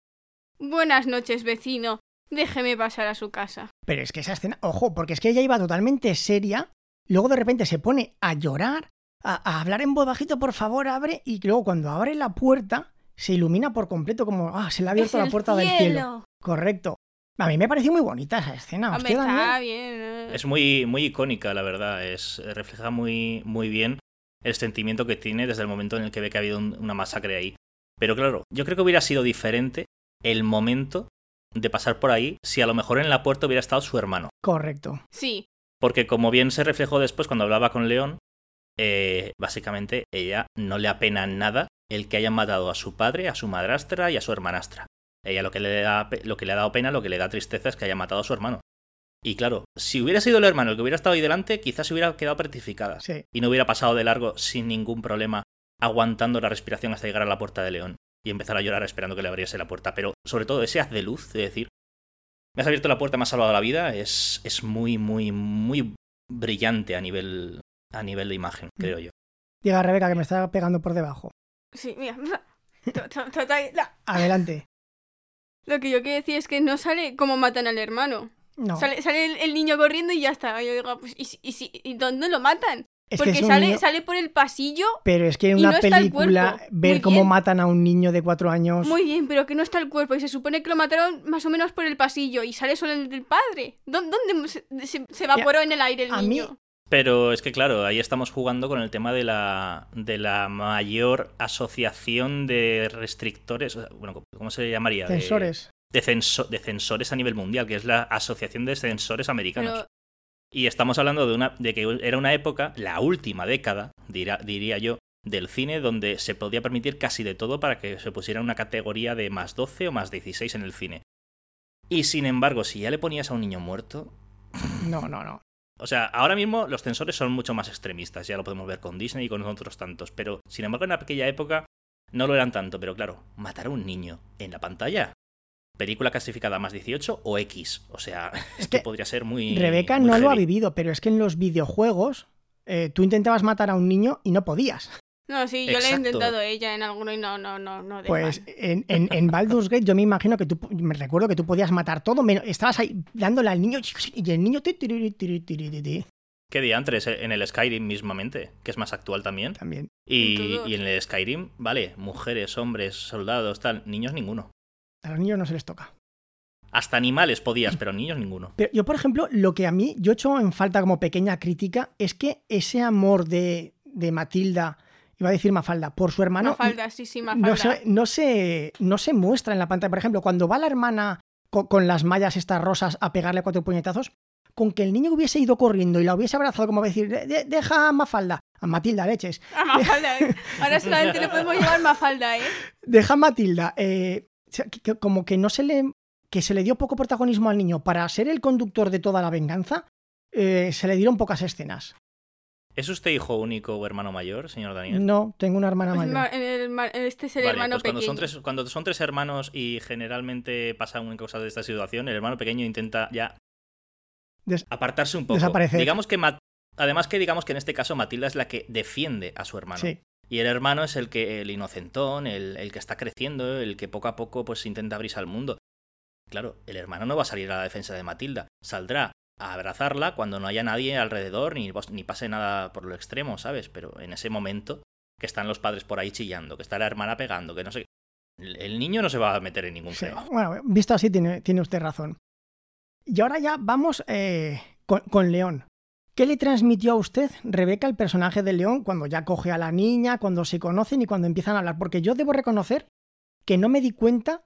B: Buenas noches, vecino. Déjeme pasar a su casa.
A: Pero es que esa escena, ojo, porque es que ella iba totalmente seria, luego de repente se pone a llorar, a, a hablar en voz bajito, por favor, abre, y luego cuando abre la puerta, se ilumina por completo como, ah, se le ha abierto
B: Es
A: la
B: el
A: puerta del cielo. Ah, Correcto. A mí me pareció muy bonita esa escena.
B: Hombre,
A: ¿Usted, Daniel?
B: está bien. eh.
C: Es muy, muy icónica, la verdad. Es, eh, refleja muy, muy bien el sentimiento que tiene desde el momento en el que ve que ha habido un- una masacre ahí. Pero claro, yo creo que hubiera sido diferente el momento de pasar por ahí si a lo mejor en la puerta hubiera estado su hermano.
A: Correcto.
B: Sí,
C: Porque como bien se reflejó después cuando hablaba con León, eh, básicamente ella no le apena nada el que hayan matado a su padre, a su madrastra y a su hermanastra. Ella lo que le da, pe- lo que le ha dado pena, lo que le da tristeza es que haya matado a su hermano. Y claro, si hubiera sido el hermano el que hubiera estado ahí delante, quizás se hubiera quedado petrificada
A: Sí.
C: y no hubiera pasado de largo sin ningún problema, aguantando la respiración hasta llegar a la puerta de León y empezar a llorar esperando que le abriese la puerta. Pero sobre todo ese haz de luz, de decir, me has abierto la puerta, me has salvado la vida, es, es muy, muy, muy brillante a nivel, a nivel de imagen, creo yo.
A: Diga Rebeca que me está pegando por debajo.
B: sí, mira. [LAUGHS] To- to- total, la-
A: Adelante.
B: Lo que yo quiero decir es que no sale como matan al hermano.
A: No.
B: Sale, sale el, el niño corriendo y ya está. Yo digo, pues, ¿y, si- y, si- y dónde lo matan?
A: es
B: Porque
A: que es un
B: sale,
A: niño-
B: sale por el pasillo
A: Pero es que en
B: y
A: una
B: no está el
A: película
B: cuerpo.
A: ver
B: Muy
A: cómo
B: bien.
A: matan a un niño de cuatro años.
B: Muy bien, pero que no está el cuerpo y se supone que lo mataron más o menos por el pasillo y sale solo el del padre. ¿Dó- ¿Dónde se, se- se evaporó en el aire el
A: a
B: niño?
A: mí-
C: Pero es que claro, ahí estamos jugando con el tema de la, de la mayor asociación de restrictores, o sea, bueno, ¿cómo se llamaría? De-
A: Censores.
C: de, censo- de censores a nivel mundial, que es la Asociación de Censores Americanos.
B: Pero-
C: Y estamos hablando de, una, de que era una época, la última década, dirá- diría yo, del cine donde se podía permitir casi de todo para que se pusiera una categoría de más 12 o más 16 en el cine. Y sin embargo, si ya le ponías a un niño muerto...
A: No, no, no.
C: O sea, ahora mismo los censores son mucho más extremistas, ya lo podemos ver con Disney y con otros tantos, pero sin embargo en aquella época no lo eran tanto, pero claro, matar a un niño en la pantalla. Película clasificada más 18 o X. O sea, [LAUGHS]
A: Es
C: que
A: que
C: podría ser muy...
A: Rebeca
C: muy
A: no lo ha
C: heavy.
A: vivido, pero es que en los videojuegos eh, tú intentabas matar a un niño y no
C: [LAUGHS]
A: podías.
B: No, sí, yo le he
C: Exacto.
B: intentado ella en alguno y no, no, no, no. dejan.
A: Pues en, en, en Baldur's Gate yo me imagino que tú, me recuerdo que tú podías matar todo, menos, estabas ahí dándole al niño y el niño ti, ti, ti, ti, ti, ti, ti, ti,
C: ¿Qué diantres? eh, En el Skyrim mismamente, que es más actual también.
A: también.
C: Y,
B: todos.
C: y en el Skyrim, vale, mujeres, hombres, soldados, tal, niños ninguno.
A: A los niños no se les toca.
C: Hasta animales podías, pero niños ninguno.
A: Pero yo, por ejemplo, lo que a mí yo echo en falta como pequeña crítica es que ese amor de, de Matilda, iba a decir Mafalda, por su hermano,
B: Mafalda, sí, sí, Mafalda.
A: no se, no, se, no se muestra en la pantalla. Por ejemplo, cuando va la hermana co- con, las mallas estas rosas a pegarle cuatro puñetazos, con que el niño hubiese ido corriendo y la hubiese abrazado como va a decir, "De- de- deja a Mafalda, a Matilda, leches,
B: [LAUGHS] A Mafalda, ¿eh?
A: [LAUGHS]
B: Ahora solamente le podemos llevar Mafalda, ¿eh?
A: deja a Matilda. eh, o sea, que- que como que no se le, que se le dio poco protagonismo al niño para ser el conductor de toda la venganza, eh, se le dieron pocas escenas.
C: ¿Es usted hijo único o hermano mayor, señor Daniel?
A: No, tengo una hermana
B: Pues ma-
A: mayor.
B: en el ma- en este es el
C: Vale,
B: Mm, hermano
C: pues cuando
B: pequeño.
C: son, tres, cuando son tres hermanos y generalmente pasa una cosa de esta situación, el hermano pequeño intenta ya
A: Des-
C: apartarse un poco.
A: Desaparecer.
C: Digamos que Ma- Además que digamos que en este caso Matilda es la que defiende a su hermano.
A: Sí.
C: Y el hermano es el que el inocentón, el, el que está creciendo, el que poco a poco pues intenta abrirse al mundo. Claro, el hermano no va a salir a la defensa de Matilda, saldrá a abrazarla cuando no haya nadie alrededor ni, vos- ni pase nada por lo extremo, ¿sabes? Pero en ese momento que están los padres por ahí chillando, que está la hermana pegando, que no sé qué. El- El niño no se va a meter en ningún
A: Sí,
C: feo.
A: Bueno, visto así, tiene, tiene usted razón. Y ahora ya vamos eh, con, con León. ¿Qué le transmitió a usted, Rebeca, el personaje de León cuando ya coge a la niña, cuando se conocen y cuando empiezan a hablar? Porque yo debo reconocer que no me di cuenta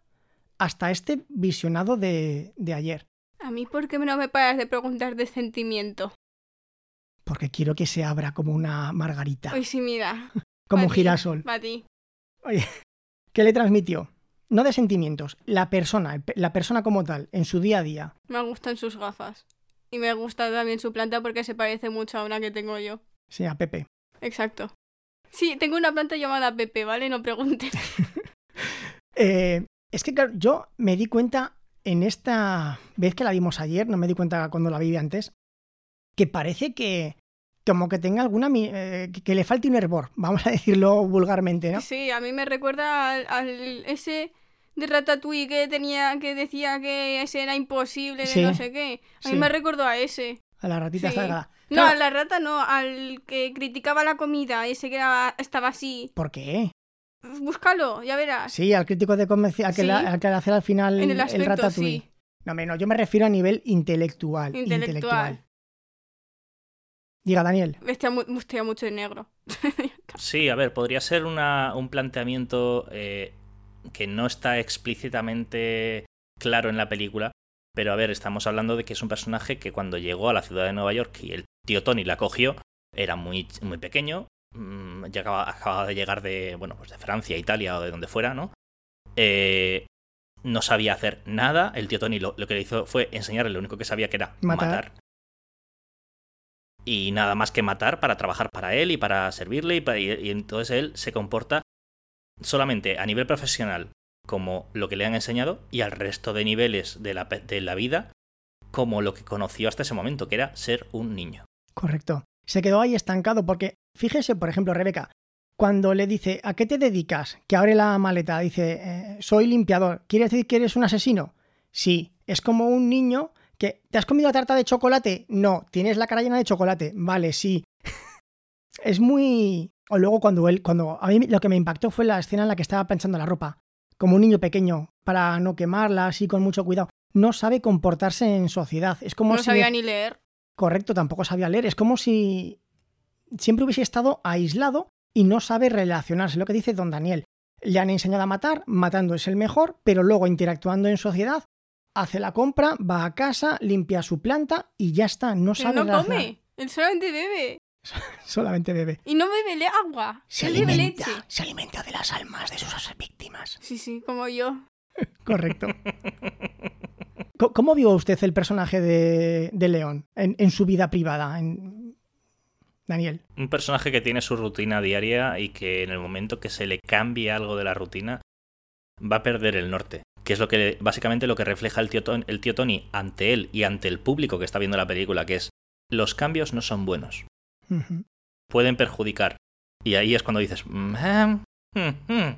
A: hasta este visionado de, de ayer.
B: A mí, ¿por qué no me paras de preguntar de sentimiento?
A: Porque quiero que se abra como una margarita,
B: Hoy Pues sí, mira.
A: como un
B: Mati,
A: girasol.
B: Mati.
A: ¿Qué le transmitió? No de sentimientos, la persona, el pe- la persona como tal, en su día a día.
B: Me gustan sus gafas. Y me gusta también su planta porque se parece mucho a una que tengo yo.
A: Sí, a Pepe.
B: Exacto. Sí, tengo una planta llamada Pepe, ¿vale? No preguntes.
A: [LAUGHS] Eh, es que, claro, yo me di cuenta en esta vez que la vimos ayer, no me di cuenta cuando la vi antes, que parece que como que tenga alguna... mi- eh, que- que le falte un hervor, [LAUGHS] vamos a decirlo vulgarmente, ¿no?
B: Sí, a mí me recuerda al, al- ese de Ratatouille que tenía que decía que ese era imposible, de
A: Sí.
B: no sé qué. A mí
A: Sí.
B: me recordó a ese.
A: A la ratita
B: Sí.
A: está delgada.
B: No,
A: Claro,
B: a la rata no, al que criticaba la comida, ese que era- estaba así.
A: ¿Por qué?
B: Búscalo, ya verás.
A: Sí, al crítico de comercio, al que,
B: Ah. Sí.
A: la- al que le hace al final
B: En el
A: el,
B: aspecto,
A: ratatouille.
B: sí.
A: No, me- no, yo me refiero a nivel intelectual.
B: Intelectual.
A: Intelectual. Diga, Daniel.
B: Vestía, mu- vestía mucho de negro.
C: Sí, a ver, podría ser una- un planteamiento eh, que no está explícitamente claro en la película, pero a ver, estamos hablando de que es un personaje que cuando llegó a la ciudad de Nueva York y el tío Tony la cogió, era muy, muy pequeño, mm, llegaba, acababa de llegar de, bueno, pues de Francia, Italia o de donde fuera, ¿no? Eh, no sabía hacer nada, el tío Tony lo, lo que le hizo fue enseñarle lo único que sabía que era
A: Matar.
C: matar y nada más que matar para trabajar para él y para servirle y, pa- y- y entonces él se comporta solamente a nivel profesional como lo que le han enseñado y al resto de niveles de la, pe- de la vida como lo que conoció hasta ese momento, que era ser un niño.
A: Correcto. Se quedó ahí estancado porque, fíjese, por ejemplo, Rebeca, cuando le dice, ¿a qué te dedicas? Que abre la maleta, dice, eh, soy limpiador. ¿Quiere decir que eres un asesino? Sí, es como un niño que, ¿te has comido la tarta de chocolate? No, tienes la cara llena de chocolate. Vale, sí. [LAUGHS] es muy... O luego cuando él, cuando... A mí lo que me impactó fue la escena en la que estaba pensando la ropa. Como un niño pequeño, para no quemarla, así con mucho cuidado. No sabe comportarse en sociedad. Es como
B: No
A: si
B: sabía
A: de-
B: ni leer.
A: Correcto, tampoco sabía leer. Es como si siempre hubiese estado aislado y no sabe relacionarse. Lo que dice don Daniel. le han enseñado a matar, matando es el mejor, pero luego interactuando en sociedad, hace la compra, va a casa, limpia su planta y ya está, no
B: Pero
A: sabe
B: no
A: razonar.
B: come, él solamente bebe.
A: [LAUGHS] Solamente bebe.
B: Y no bebe le- agua,
A: Se
B: él bebe
A: alimenta,
B: leche.
A: se alimenta de las almas de sus víctimas.
B: Sí, sí, como yo.
A: Correcto. [LAUGHS] Co- ¿Cómo vio usted el personaje de, de León en, en su vida privada? en- Daniel.
C: Un personaje que tiene su rutina diaria y que en el momento que se le cambie algo de la rutina va a perder el norte. Que es lo que básicamente lo que refleja el tío, Ton- el tío Tony ante él y ante el público que está viendo la película, que es los cambios no son buenos,
A: Ujú.
C: pueden perjudicar. Y ahí es cuando dices, "Mm, ah, mm, mm,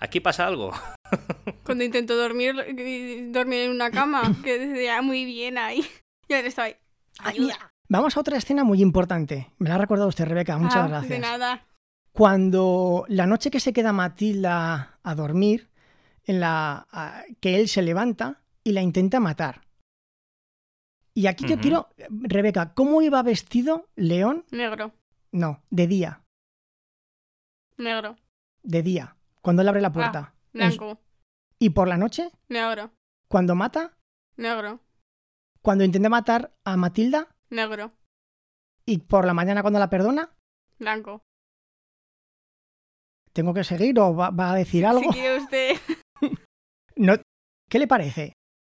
C: aquí pasa algo. [LAUGHS]
B: Cuando intentó dormir, eh, dormir en una
A: [COUGHS]
B: cama, que decía muy bien ahí. [LAUGHS] Y ahora estaba ahí. Ayuda.
A: Vamos a otra escena muy importante. Me la ha recordado usted, Rebeca. Muchas
B: Ah,
A: gracias.
B: De nada.
A: cuando la noche que se queda Matilda a dormir, en la a- que él se levanta y la intenta matar. Y aquí yo
C: Ujú.
A: quiero, Rebeca, ¿cómo iba vestido León?
B: Negro,
A: No, de día,
B: negro,
A: de día, cuando él abre la
B: Ah.
A: puerta. En su-
B: blanco,
A: Y por la noche,
B: negro,
A: cuando mata,
B: negro,
A: cuando intenta matar a Matilda,
B: negro,
A: y por la mañana cuando la perdona,
B: blanco.
A: tengo que seguir o va, va a decir algo.
B: Si quiere usted. [LAUGHS]
A: No- ¿Qué le parece?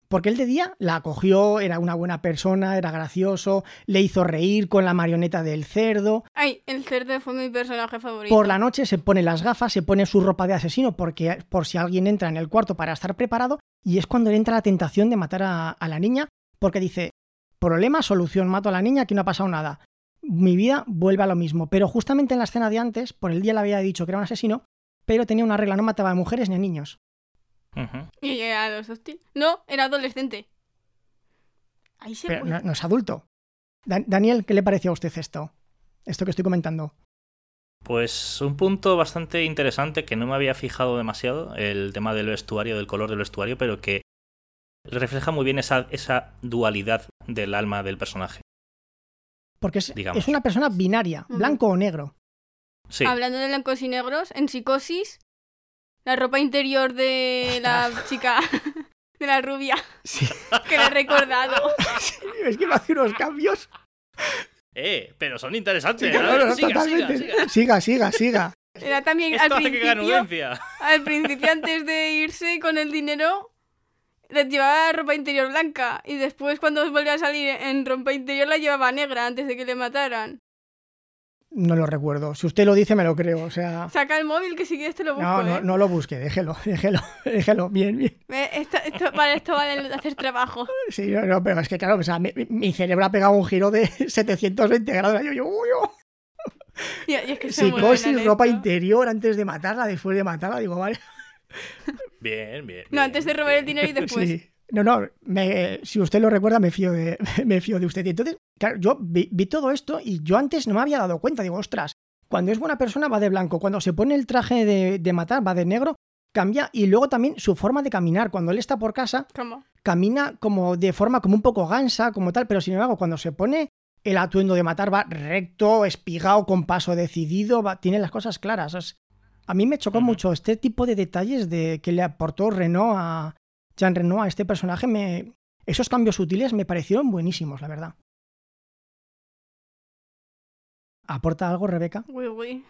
A: Porque él de día la acogió, era una buena persona, era gracioso, le hizo reír con la marioneta del cerdo.
B: Ay, el cerdo fue mi personaje favorito.
A: Por la noche se pone las gafas, se pone su ropa de asesino porque por si alguien entra en el cuarto para estar preparado y es cuando le entra la tentación de matar a, a la niña porque dice, problema, solución, mato a la niña, aquí no ha pasado nada. Mi vida vuelve a lo mismo. Pero justamente en la escena de antes, por el día le había dicho que era un asesino, pero tenía una regla, no mataba a mujeres ni a niños.
C: Ujú.
B: Y yo era los hostil. No, era adolescente. Ahí se
A: Pero
B: fue.
A: no, no es adulto. Dan- Daniel, ¿qué le parece a usted esto? Esto que estoy comentando.
C: Pues un punto bastante interesante que no me había fijado demasiado, el tema del vestuario, del color del vestuario, pero que refleja muy bien esa, esa dualidad del alma del personaje.
A: Porque es,
C: Digamos.
A: es una persona binaria,
B: Ujú.
A: blanco o negro.
C: Sí,
B: Hablando de blancos y negros, en psicosis, la ropa interior de
A: [LAUGHS]
B: la chica, [LAUGHS] de la rubia,
A: Sí,
B: que la he recordado.
A: [LAUGHS] es que me hace unos cambios.
C: eh, pero son interesantes.
A: No,
C: ¿eh?
A: no, no,
C: Siga,
A: totalmente.
C: siga, siga.
A: Siga, siga, siga.
B: Era también
C: Esto
B: al
C: hace que gane
B: principio,
C: audiencia.
B: al principio antes de irse con el dinero, la llevaba ropa interior blanca y después cuando volvió a salir en ropa interior la llevaba negra antes de que le mataran.
A: No lo recuerdo. Si usted lo dice, me lo creo. O sea,
B: Saca el móvil que si quieres te lo busco.
A: no, no,
B: ¿eh?
A: no lo busque. Déjelo, [LAUGHS] déjelo, déjelo. Bien, bien.
B: Eh, Esto, esto- para esto vale lo de hacer trabajo. [LAUGHS]
A: Sí, no, no, pero es que claro, o sea, mi, mi- mi cerebro ha pegado un giro de [LAUGHS] 720 grados. Yo, yo, uy, oh.
B: Y, y es que soy muy buena
A: Psicosis,
B: en
A: ropa
B: esto.
A: interior antes de matarla, después de matarla. Digo, vale.
C: Bien, bien.
B: No, antes de
C: bien,
B: robar el
C: bien.
B: dinero y después.
A: [LAUGHS] Sí. No, no, me- si usted lo recuerda, me fío de, [LAUGHS] me fío de usted. Y entonces, claro, yo vi, vi todo esto y yo antes no me había dado cuenta. Digo, ostras, cuando es buena persona va de blanco, cuando se pone el traje de, de matar va de negro, cambia. Y luego también su forma de caminar. Cuando él está por casa,
B: ¿Cómo?
A: camina como de forma como un poco gansa, como tal, pero sin embargo, cuando se pone el atuendo de matar va recto, espigado, con paso decidido, va- tiene las cosas claras. Es- a mí me chocó
C: Ujú.
A: mucho este tipo de detalles de que le aportó Renault a Jean Renault a este personaje. Me, esos cambios sutiles me parecieron buenísimos, la verdad. ¿Aporta algo, Rebeca?
B: Uy, uy.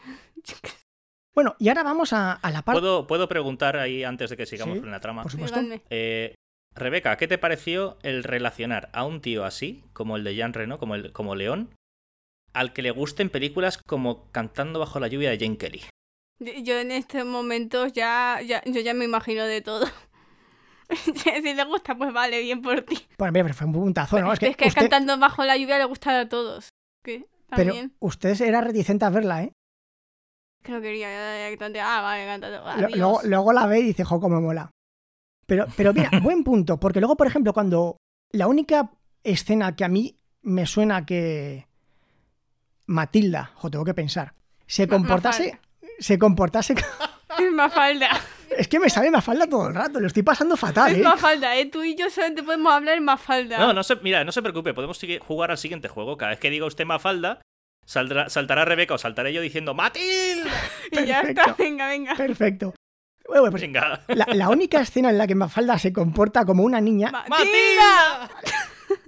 A: Bueno, y ahora vamos a, a la parte.
C: ¿Puedo, puedo preguntar ahí antes de que sigamos
A: Sí,
C: con la trama.
A: Por supuesto.
B: Díganme.
C: Eh, Rebeca, ¿qué te pareció el relacionar a un tío así, como el de Jean Reno, como, el, como León, al que le gusten películas como Cantando bajo la lluvia de Jane Kelly?
B: Yo, yo en estos momentos ya, ya, yo ya me imagino de todo. [LAUGHS] si si le gusta, pues vale, bien por ti.
A: Bueno, mira, pero fue un puntazo, ¿no? Es que,
B: es que
A: usted-
B: cantando bajo la lluvia le gusta a todos. ¿Qué?
A: pero
B: También.
A: usted era reticente a verla, ¿eh?
B: Creo que iría directamente. Ah, vale, cantando.
A: Lo-
B: adiós.
A: luego, luego la ve y dice, jo, cómo mola. Pero, pero
B: [LAUGHS]
A: mira, buen punto, porque luego, por ejemplo, cuando la única escena que a mí me suena que Matilda, jo, tengo que pensar, se
B: Ma-
A: comportase, se comportase, [LAUGHS]
B: Es Mafalda.
A: es que me sale Mafalda todo el rato, lo estoy pasando fatal,
B: Es
A: ¿eh?
B: Mafalda, ¿eh? Tú y yo solamente podemos hablar en Mafalda.
C: No, no se, mira, no se preocupe, podemos sigue- jugar al siguiente juego. Cada vez que diga usted Mafalda, saldrá, saltará Rebeca o saltaré yo diciendo ¡Matilda!
B: y ya
A: perfecto.
B: está, [LAUGHS] venga, venga.
A: Perfecto. Bueno, pues
C: Venga.
A: la, la única escena en la que Mafalda se comporta como una niña
B: ¡Matilda!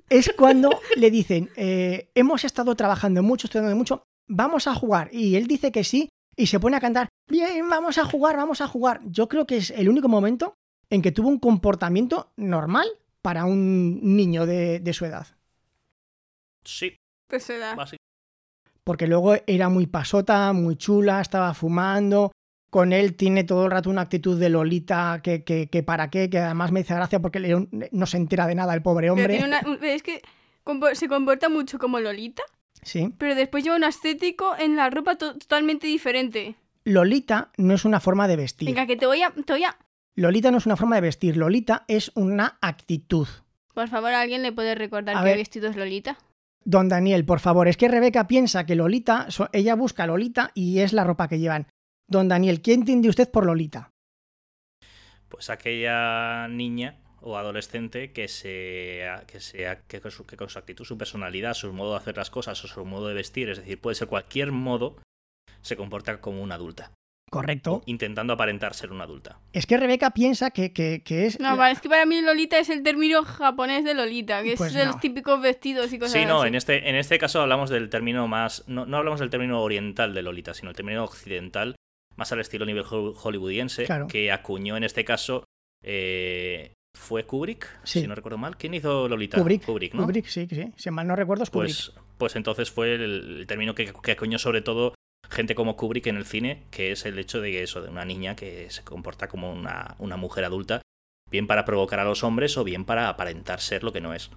A: es cuando le dicen, eh, hemos estado trabajando mucho, estudiando mucho, vamos a jugar. Y él dice que sí y se pone a cantar, bien, vamos a jugar, vamos a jugar. Yo creo que es el único momento en que tuvo un comportamiento normal para un niño de, de su edad.
C: Sí,
B: Pues se da.
C: básicamente.
A: Porque luego era muy pasota, muy chula, estaba fumando. Con él tiene todo el rato una actitud de Lolita que, que, que para qué, que además me hace gracia porque León no se entera de nada el pobre
B: Pero
A: hombre.
B: tiene una- un- es que compo- se comporta mucho como Lolita,
A: Sí.
B: pero después lleva un estético en la ropa to- totalmente diferente.
A: Lolita no es una forma de vestir.
B: Venga, que te voy a... Te voy a...
A: Lolita no es una forma de vestir, Lolita es una actitud.
B: Por favor, ¿alguien le puede recordar
A: A
B: que
A: ver.
B: vestido es Lolita?
A: Don Daniel, por favor, es que Rebeca piensa que Lolita, so- ella busca Lolita y es la ropa que llevan. Don Daniel, ¿qué entiende usted por Lolita?
C: Pues aquella niña o adolescente que se que sea que con, su, que con su actitud, su personalidad, su modo de hacer las cosas o su modo de vestir, es decir, puede ser cualquier modo, se comporta como una adulta,
A: Correcto.
C: intentando aparentar ser una adulta.
A: Es que Rebeca piensa que, que- que es...
B: No,
A: la-
B: vale, es que para mí Lolita es el término japonés de Lolita, que
A: Pues
B: es de
A: no.
B: los típicos vestidos y cosas
C: Sí, no,
B: así.
C: en este, en este caso hablamos del término más. No, no hablamos del término oriental de Lolita, sino el término occidental, más al estilo nivel ho- hollywoodiense,
A: Claro.
C: que acuñó en este caso. eh, ¿Fue Kubrick?
A: Sí.
C: Si no recuerdo mal. ¿Quién hizo Lolita?
A: Kubrick,
C: Kubrick, ¿no?
A: Kubrick, sí, sí. Si mal no recuerdo es Kubrick.
C: Pues, pues entonces fue el, el término que, que acuñó sobre todo gente como Kubrick en el cine, que es el hecho de que eso, de una niña que se comporta como una, una mujer adulta, bien para provocar a los hombres o bien para aparentar ser lo que no es.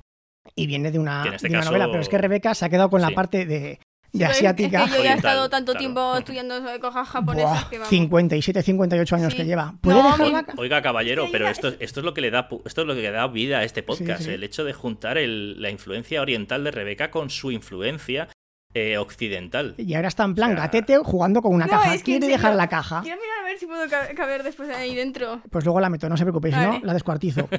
A: y viene de una,
C: que en este
A: de una
C: caso-
A: novela, pero es que Rebeca se ha quedado con la
C: Sí.
A: parte de, de
B: Pero es-
A: asiática.
B: Es que yo ya he
C: Oriental,
B: estado tanto
C: claro.
B: tiempo estudiando cosas japonesas
A: Buah,
B: que vamos.
A: 57, 58 años
B: Sí.
A: que lleva. ¿Puede
B: No,
A: dejar
B: mi-
A: la-
C: Oiga, caballero,
B: Es que
C: pero
B: ya-
C: esto, esto es lo que le da pu- esto es lo que le da vida a este podcast,
A: Sí, sí.
C: el hecho de juntar el- la influencia oriental de Rebeca con su influencia eh, occidental.
A: Y ahora está en plan
C: O sea-
A: gatete jugando con una
B: No,
A: caja.
B: es que en
A: Quiere dejar
B: serio,
A: la caja.
B: Quiero mirar a ver si puedo ca- caber después ahí dentro.
A: Pues luego la meto, no se preocupéis, si no,
B: Vale.
A: la descuartizo.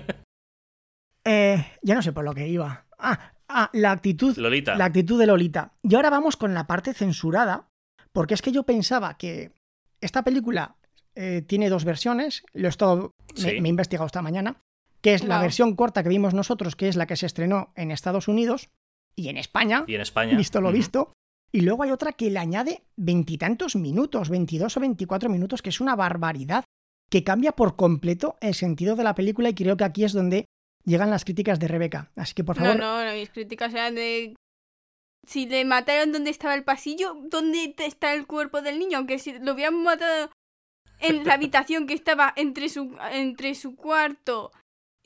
A: Eh, ya no sé por lo que iba. Ah, ah, la actitud.
C: Lolita,
A: La actitud de Lolita. Y ahora vamos con la parte censurada, porque es que yo pensaba que esta película eh, tiene dos versiones, lo he estado, me,
C: Sí.
A: me he investigado esta mañana, que es la
B: Wow.
A: versión corta que vimos nosotros, que es la que se estrenó en Estados Unidos y en España,
C: y en España.
A: visto lo
C: Ujú.
A: visto, y luego hay otra que le añade veintitantos minutos, 22 o 24 minutos, que es una barbaridad, que cambia por completo el sentido de la película y creo que aquí es donde llegan las críticas de Rebeca. Así que por favor,
B: No, no, no, mis críticas eran de. Si le mataron donde estaba el pasillo, ¿dónde te- está el cuerpo del niño? Aunque si lo hubieran matado en la habitación que estaba entre su, entre su cuarto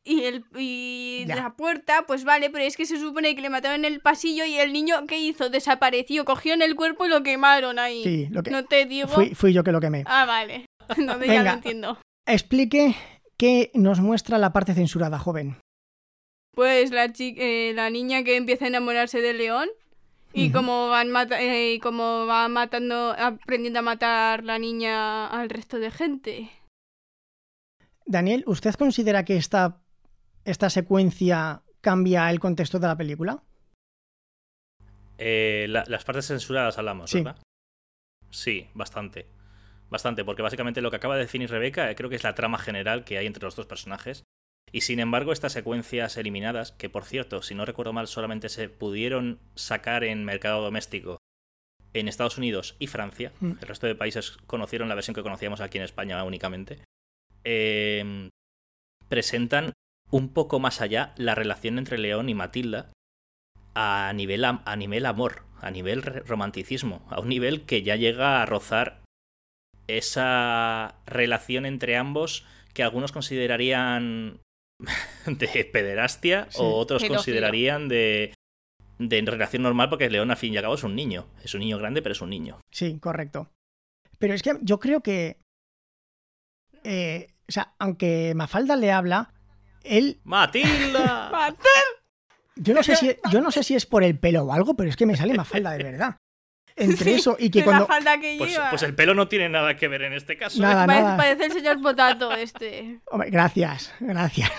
B: y, el, y
A: Ya.
B: la puerta, pues vale, pero es que se supone que le mataron en el pasillo y el niño, ¿qué hizo? Desapareció, cogieron el cuerpo y lo quemaron ahí.
A: sí, lo que...
B: No te digo.
A: Fui, fui yo que lo quemé.
B: Ah, vale. [LAUGHS] No, ya
A: Venga.
B: lo entiendo.
A: explique qué nos muestra la parte censurada, joven.
B: Pues la chica, la niña que empieza a enamorarse de León y
A: Ujú.
B: como van mata- eh, y como va matando, aprendiendo a matar la niña al resto de gente.
A: Daniel, ¿usted considera que esta, esta secuencia cambia el contexto de la película?
C: Eh, la- las partes censuradas hablamos,
A: Sí.
C: ¿verdad? Sí, bastante. Bastante, porque básicamente lo que acaba de definir Rebeca eh, creo que es la trama general que hay entre los dos personajes. Y sin embargo, estas secuencias eliminadas, que por cierto, si no recuerdo mal, solamente se pudieron sacar en mercado doméstico en Estados Unidos y Francia.
A: Mm.
C: El resto de países conocieron la versión que conocíamos aquí en España únicamente. Eh, presentan un poco más allá la relación entre León y Matilda a nivel, am- a nivel amor, a nivel re- romanticismo, a un nivel que ya llega a rozar esa relación entre ambos que algunos considerarían [LAUGHS] de pederastia
A: Sí.
C: o otros
B: Pedofilia.
C: considerarían de, de relación normal porque León al fin y al cabo es un niño, es un niño grande pero es un niño.
A: Sí, correcto. Pero es que yo creo que... eh, o sea, aunque Mafalda le habla, él...
B: [LAUGHS]
C: ¡Matilda!
A: Ah,
B: ¡Mata!
A: Yo no sé
B: [LAUGHS]
A: si, yo no sé si es por el pelo o algo, pero es que me sale Mafalda de verdad. Entre
B: [LAUGHS] Sí,
A: eso y
B: De
A: que cuando...
B: la falda que
C: Pues,
B: lleva.
C: pues el pelo no tiene nada que ver en este caso.
A: Nada,
B: Parece,
A: nada.
B: parece el señor Potato este.
A: Hombre, gracias, gracias.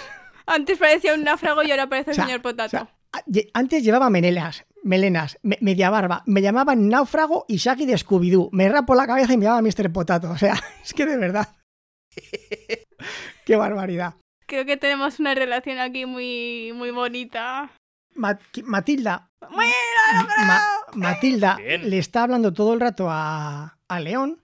B: Antes parecía un náufrago y ahora parece
A: O
B: el
A: sea,
B: señor
A: O
B: Potato.
A: sea, a- Ah, ye- antes llevaba menelas, melenas, me- media barba. Me llamaban [LAUGHS] Náufrago y Shaggy de Scooby-Doo. Me rapo la cabeza y me llamaba Mr. Potato. O sea, es que de verdad. Qué barbaridad.
B: Creo que tenemos una relación aquí muy, muy bonita.
A: Ma- Matilda.
B: Bueno,
A: Ma- Matilda
C: Bien.
A: le está hablando todo el rato a, a León,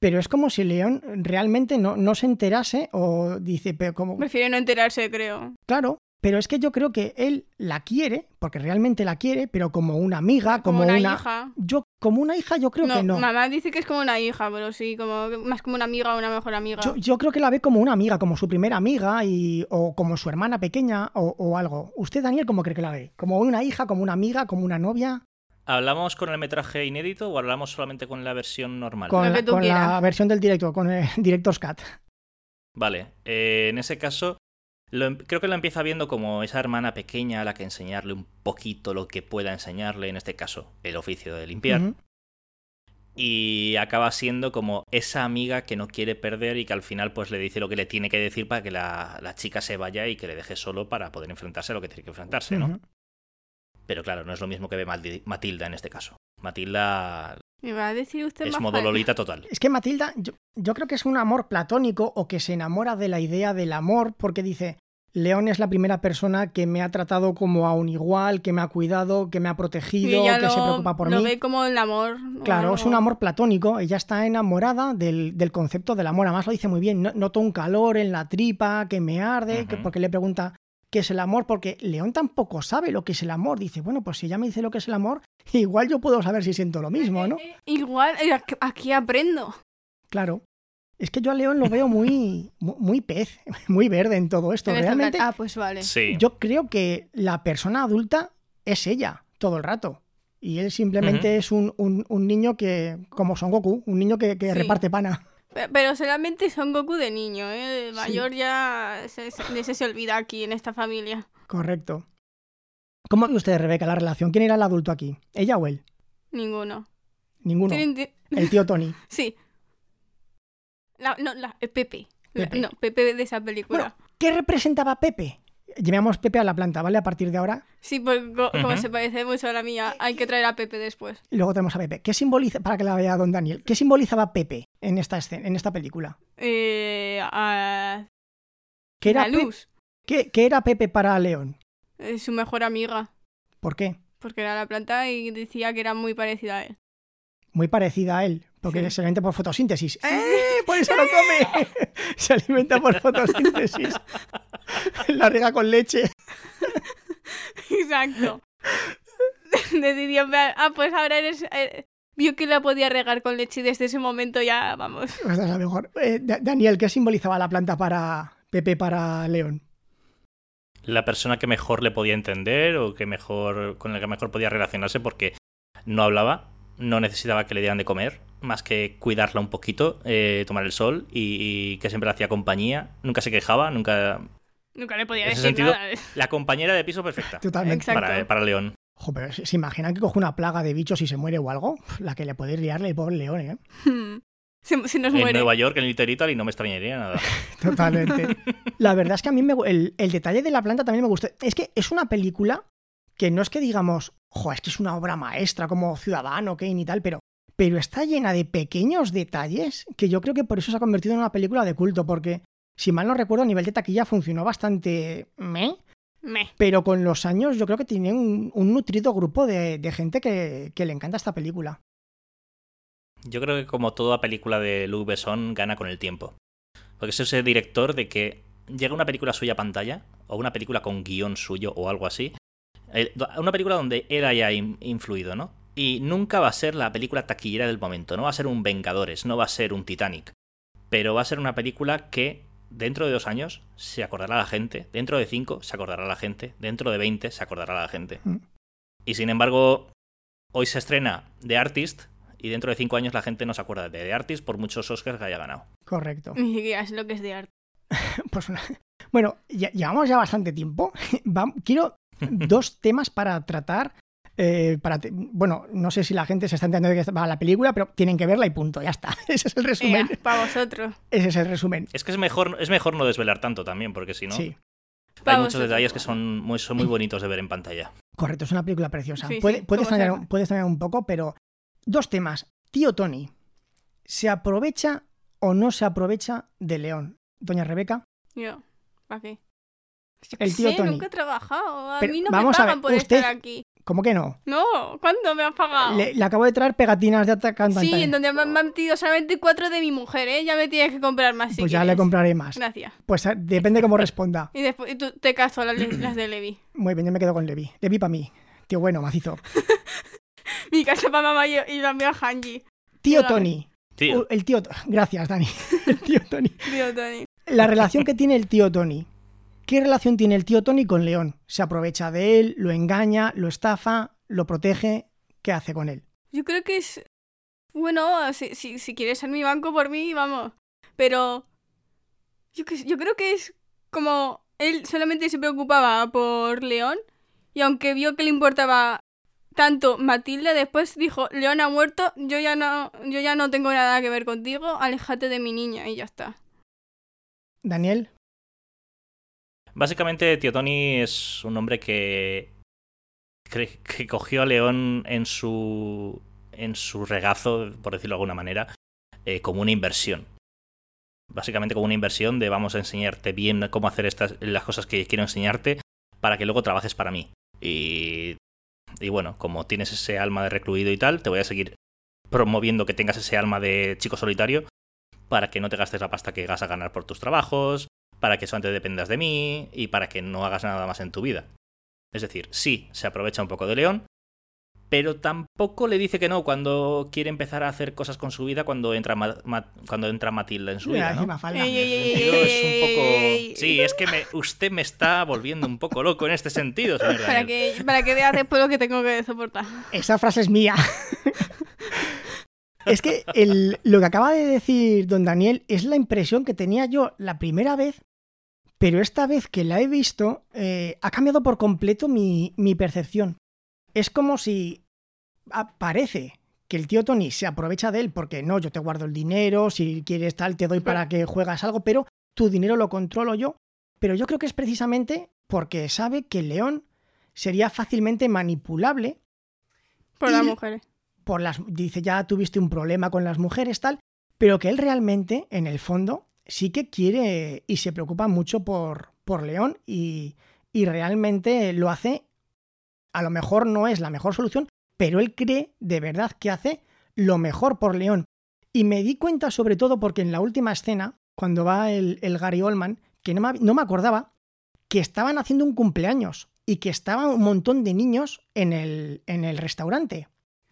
A: pero es como si León realmente no, no se enterase o dice, pero como,
B: Prefiere no enterarse, creo.
A: claro, pero es que yo creo que él la quiere, porque realmente la quiere, pero como una amiga, como, una,
B: hija.
A: Yo, como una hija, yo creo que no.
B: mamá dice que es como una hija, pero sí, como más como una amiga o una mejor amiga.
A: Yo, yo creo que la ve como una amiga, como su primera amiga y, o como su hermana pequeña o, o algo. ¿Usted, Daniel, cómo cree que la ve? ¿Como una hija, como una amiga, como una novia?
C: ¿Hablamos con el metraje inédito o hablamos solamente con la versión normal?
A: Con,
B: Lo que
A: la-
B: tú
A: con la
B: quieras.
A: versión del directo, con el [LAUGHS] Director's Cut.
C: Vale, eh, en ese caso, lo em- creo que lo empieza viendo como esa hermana pequeña a la que enseñarle un poquito lo que pueda enseñarle, en este caso, el oficio de limpiar.
A: Ujú.
C: Y acaba siendo como esa amiga que no quiere perder y que al final pues le dice lo que le tiene que decir para que la, la chica se vaya y que le deje solo para poder enfrentarse a lo que tiene que enfrentarse, ¿no?
A: Ujú.
C: Pero claro, no es lo mismo que ve Maldi- Matilda en este caso. Matilda
B: Me va a decir usted
C: es
B: más
C: modo
B: fan.
C: Lolita total.
A: Es que Matilda, yo, yo creo que es un amor platónico o que se enamora de la idea del amor porque dice, León es la primera persona que me ha tratado como a un igual, que me ha cuidado, que me ha
B: Y
A: protegido,
B: ella
A: que
B: lo,
A: se preocupa por
B: lo
A: mí.
B: ve como el amor. o
A: Claro,
B: algo.
A: es un amor platónico. Ella está enamorada del, del concepto del amor. Además lo dice muy bien. "No- Noto un calor en la tripa que me arde, que-
C: Ujú.
A: porque le pregunta qué es el amor, porque León tampoco sabe lo que es el amor. Dice, bueno, pues si ella me dice lo que es el amor, [LAUGHS] igual yo puedo saber si siento lo mismo, ¿no?
B: [LAUGHS] Igual, eh, aquí- aquí aprendo.
A: Claro. Es que yo a León lo veo muy, mu- muy pez, [LAUGHS] muy verde en todo esto.
B: En esta
A: Realmente,
B: plan- Ah, pues vale.
C: Sí.
A: yo creo que la persona adulta es ella todo el rato. Y él simplemente
C: Ujú.
A: es un, un- un niño que, como Son Goku, un niño que, que
B: Sí.
A: reparte pana.
B: Pe- eh, Pero solamente son Goku de niño, ¿eh? De mayor ya se, se- de ese se olvida aquí en esta familia.
A: Correcto. ¿Cómo ve usted, Rebeca, la relación? ¿Quién era el adulto aquí? ¿Ella o él?
B: Ninguno.
A: Ninguno.
B: Tienen di-
A: El tío Tony.
B: Sí. La- no, la, eh, Pepe. La-
A: Pepe.
B: no, Pepe de esa película.
A: Bueno, ¿qué representaba Pepe? Llevamos Pepe a la planta, ¿vale? A partir de ahora.
B: sí, porque co- como
C: Ujú.
B: se parece mucho a la mía, hay que traer a Pepe después.
A: Luego tenemos a Pepe. ¿Qué simboliza, para que la vea don Daniel, qué simbolizaba Pepe en esta, escena, en esta película?
B: Eh, a-
A: ¿Qué era,
B: la
A: Pe-
B: luz.
A: qué- qué era Pepe para León?
B: eh, su mejor amiga.
A: ¿Por qué?
B: Porque era la planta y decía que era muy parecida a él. [LAUGHS]
A: Muy parecida a él, porque
B: Sí.
A: se alimenta por fotosíntesis.
B: sí.
A: ¡Eh! Por eso no
B: [LAUGHS]
A: come. se alimenta por fotosíntesis. la rega con leche.
B: Exacto. [LAUGHS] Decidió, en plan, ah, pues ahora eres... eh, vio que la podía regar con leche y desde ese momento ya, vamos. [LAUGHS]
A: Pues es la mejor. Eh, Da- Daniel, ¿qué simbolizaba la planta para Pepe para León?
C: la persona que mejor le podía entender o que mejor con la que mejor podía relacionarse porque no hablaba, no necesitaba que le dieran de comer, más que cuidarla un poquito, eh, tomar el sol y, y que siempre le hacía compañía, nunca se quejaba, nunca
B: Nunca le podía
C: En ese
B: decir
C: sentido-
B: nada.
C: la compañera de piso perfecta
A: Totalmente.
B: Exacto.
C: para, para León.
A: Jo, pero ¿se se imaginan que coge una plaga de bichos y se muere o algo? Pf, La que le puede liarle el pobre León, ¿eh?
B: Hmm. [LAUGHS] Se, se nos
C: En
B: [LAUGHS] muere.
C: Nueva York, en Little Italy, no me extrañaría nada.
A: Totalmente. [LAUGHS] La verdad es que a mí me gu- el, el detalle de la planta también me gustó. Es que es una película que no es que digamos, jo, es que es una obra maestra como Ciudadano, Kane y tal, pero, pero está llena de pequeños detalles que yo creo que por eso se ha convertido en una película de culto, porque si mal no recuerdo, a nivel de taquilla funcionó bastante ¿eh? meh,
B: Meh.
A: pero con los años yo creo que tiene un, un nutrido grupo de, de gente que, que le encanta esta película.
C: Yo creo que como toda película de Lou Besson gana con el tiempo. Porque es ese director de que llega una película suya a pantalla, o una película con guión suyo o algo así, eh, do- una película donde él haya in- influido, ¿no? Y nunca va a ser la película taquillera del momento, no va a ser un Vengadores, no va a ser un Titanic, pero va a ser una película que dentro de dos años se acordará la gente, dentro de cinco se acordará la gente, dentro de veinte se acordará la gente.
A: Mm.
C: Y sin embargo, hoy se estrena The Artist y dentro de cinco años la gente no se acuerda de The Artist por muchos Oscars que haya ganado.
A: Correcto.
B: Ni siquiera sé lo que es
C: [LAUGHS]
B: de arte.
A: [LAUGHS] Pues una- Bueno, ya- llevamos ya bastante tiempo. [LAUGHS] Vam-
B: [LAUGHS]
A: Quiero dos temas para tratar. eh, para te- Bueno, no sé si la gente se está enterando de que va la película, pero tienen que verla y punto, ya está. [LAUGHS] Ese es el resumen.
B: para vosotros.
A: Ese es el resumen.
C: Es que es mejor, es mejor no desvelar tanto también, porque si no,
A: Sí,
B: Pa'
C: hay muchos
B: vosotros.
C: detalles que son muy, son muy bonitos de ver en pantalla.
A: correcto, es una película preciosa.
B: Sí, sí,
A: puede, puede
B: como
A: extrañar
B: sea.
A: un- puede extrañar un poco, pero dos temas. Tío Tony se aprovecha o no se aprovecha de León. Doña Rebeca,
B: Yo, ¿para qué? Yo
A: El
B: qué
A: tío
B: sé,
A: Tony.
B: nunca he trabajado. A
A: Pero
B: mí no
A: vamos
B: me
A: a
B: pagan
A: ver,
B: por
A: usted-
B: estar aquí.
A: ¿cómo que no?
B: No, ¿cuándo me han pagado?
A: Le, le acabo de traer pegatinas de atacante.
B: Ah. Sí, en donde me han metido solamente cuatro de mi mujer, ¿eh? Ya me tienes que comprar más. si
A: Pues ya
B: quieres.
A: le compraré más.
B: Gracias.
A: Pues ah, depende cómo responda.
B: Y después y tú te caso las, de- las de Levi.
A: Muy bien, yo me quedo con Levi. Levi para mí. Tío bueno, macizo.
B: Mi casa para mamá y, y la mía a Hanji.
A: Tío
B: Hola.
A: Tony.
C: Tío,
A: Uh, El tío. Gracias, Dani. [LAUGHS] El tío Tony.
B: Tío Tony.
A: La relación que tiene el tío Tony. ¿Qué relación tiene el tío Tony con León? ¿Se aprovecha de él? ¿Lo engaña? ¿Lo estafa? ¿Lo protege? ¿Qué hace con él?
B: Yo creo que es. Bueno, si, si, si quieres ser mi banco por mí, vamos. Pero. Yo, que, yo creo que es como. Él solamente se preocupaba por León. Y aunque vio que le importaba tanto Matilda, después dijo: León ha muerto, yo ya no, yo ya no tengo nada que ver contigo, aléjate de mi niña y ya está.
A: Daniel,
C: básicamente Tío Tony es un hombre que, cre- que cogió a León en su, en su regazo, por decirlo de alguna manera, eh, como una inversión. Básicamente como una inversión de vamos a enseñarte bien cómo hacer estas, las cosas que quiero enseñarte para que luego trabajes para mí. Y, y bueno, como tienes ese alma de recluido y tal, te voy a seguir promoviendo que tengas ese alma de chico solitario para que no te gastes la pasta que vas a ganar por tus trabajos, para que solamente dependas de mí y para que no hagas nada más en tu vida. Es decir, sí, se aprovecha un poco de León, pero tampoco le dice que no cuando quiere empezar a hacer cosas con su vida cuando entra, Ma- Ma- cuando entra Matilda en su
A: Mira,
C: vida. ¿no?
A: encima falda.
B: Ey, ey, ey,
C: sentido es un
B: ey.
C: poco. Sí, es que me- usted me está volviendo un poco loco en este sentido, señor
B: Para
C: Daniel.
B: que, para que veas después lo que tengo que soportar.
A: Esa frase es mía. es que el- lo que acaba de decir don Daniel es la impresión que tenía yo la primera vez, pero esta vez que la he visto eh, ha cambiado por completo mi, mi percepción. Es como si ah, parece que el tío Tony se aprovecha de él porque no, yo te guardo el dinero, si quieres tal, te doy para que juegas algo, pero tu dinero lo controlo yo. Pero yo creo que es precisamente porque sabe que León sería fácilmente manipulable
B: Por
A: Y-
B: [LAUGHS] las mujeres.
A: por las dice ya tuviste un problema con las mujeres tal, pero que él realmente en el fondo sí que quiere y se preocupa mucho por por León y y realmente lo hace a lo mejor no es la mejor solución, pero él cree de verdad que hace lo mejor por León. Y me di cuenta sobre todo porque en la última escena, cuando va el, el Gary Oldman, que no me, hab- no me acordaba, que estaban haciendo un cumpleaños y que estaban un montón de niños en el, en el restaurante.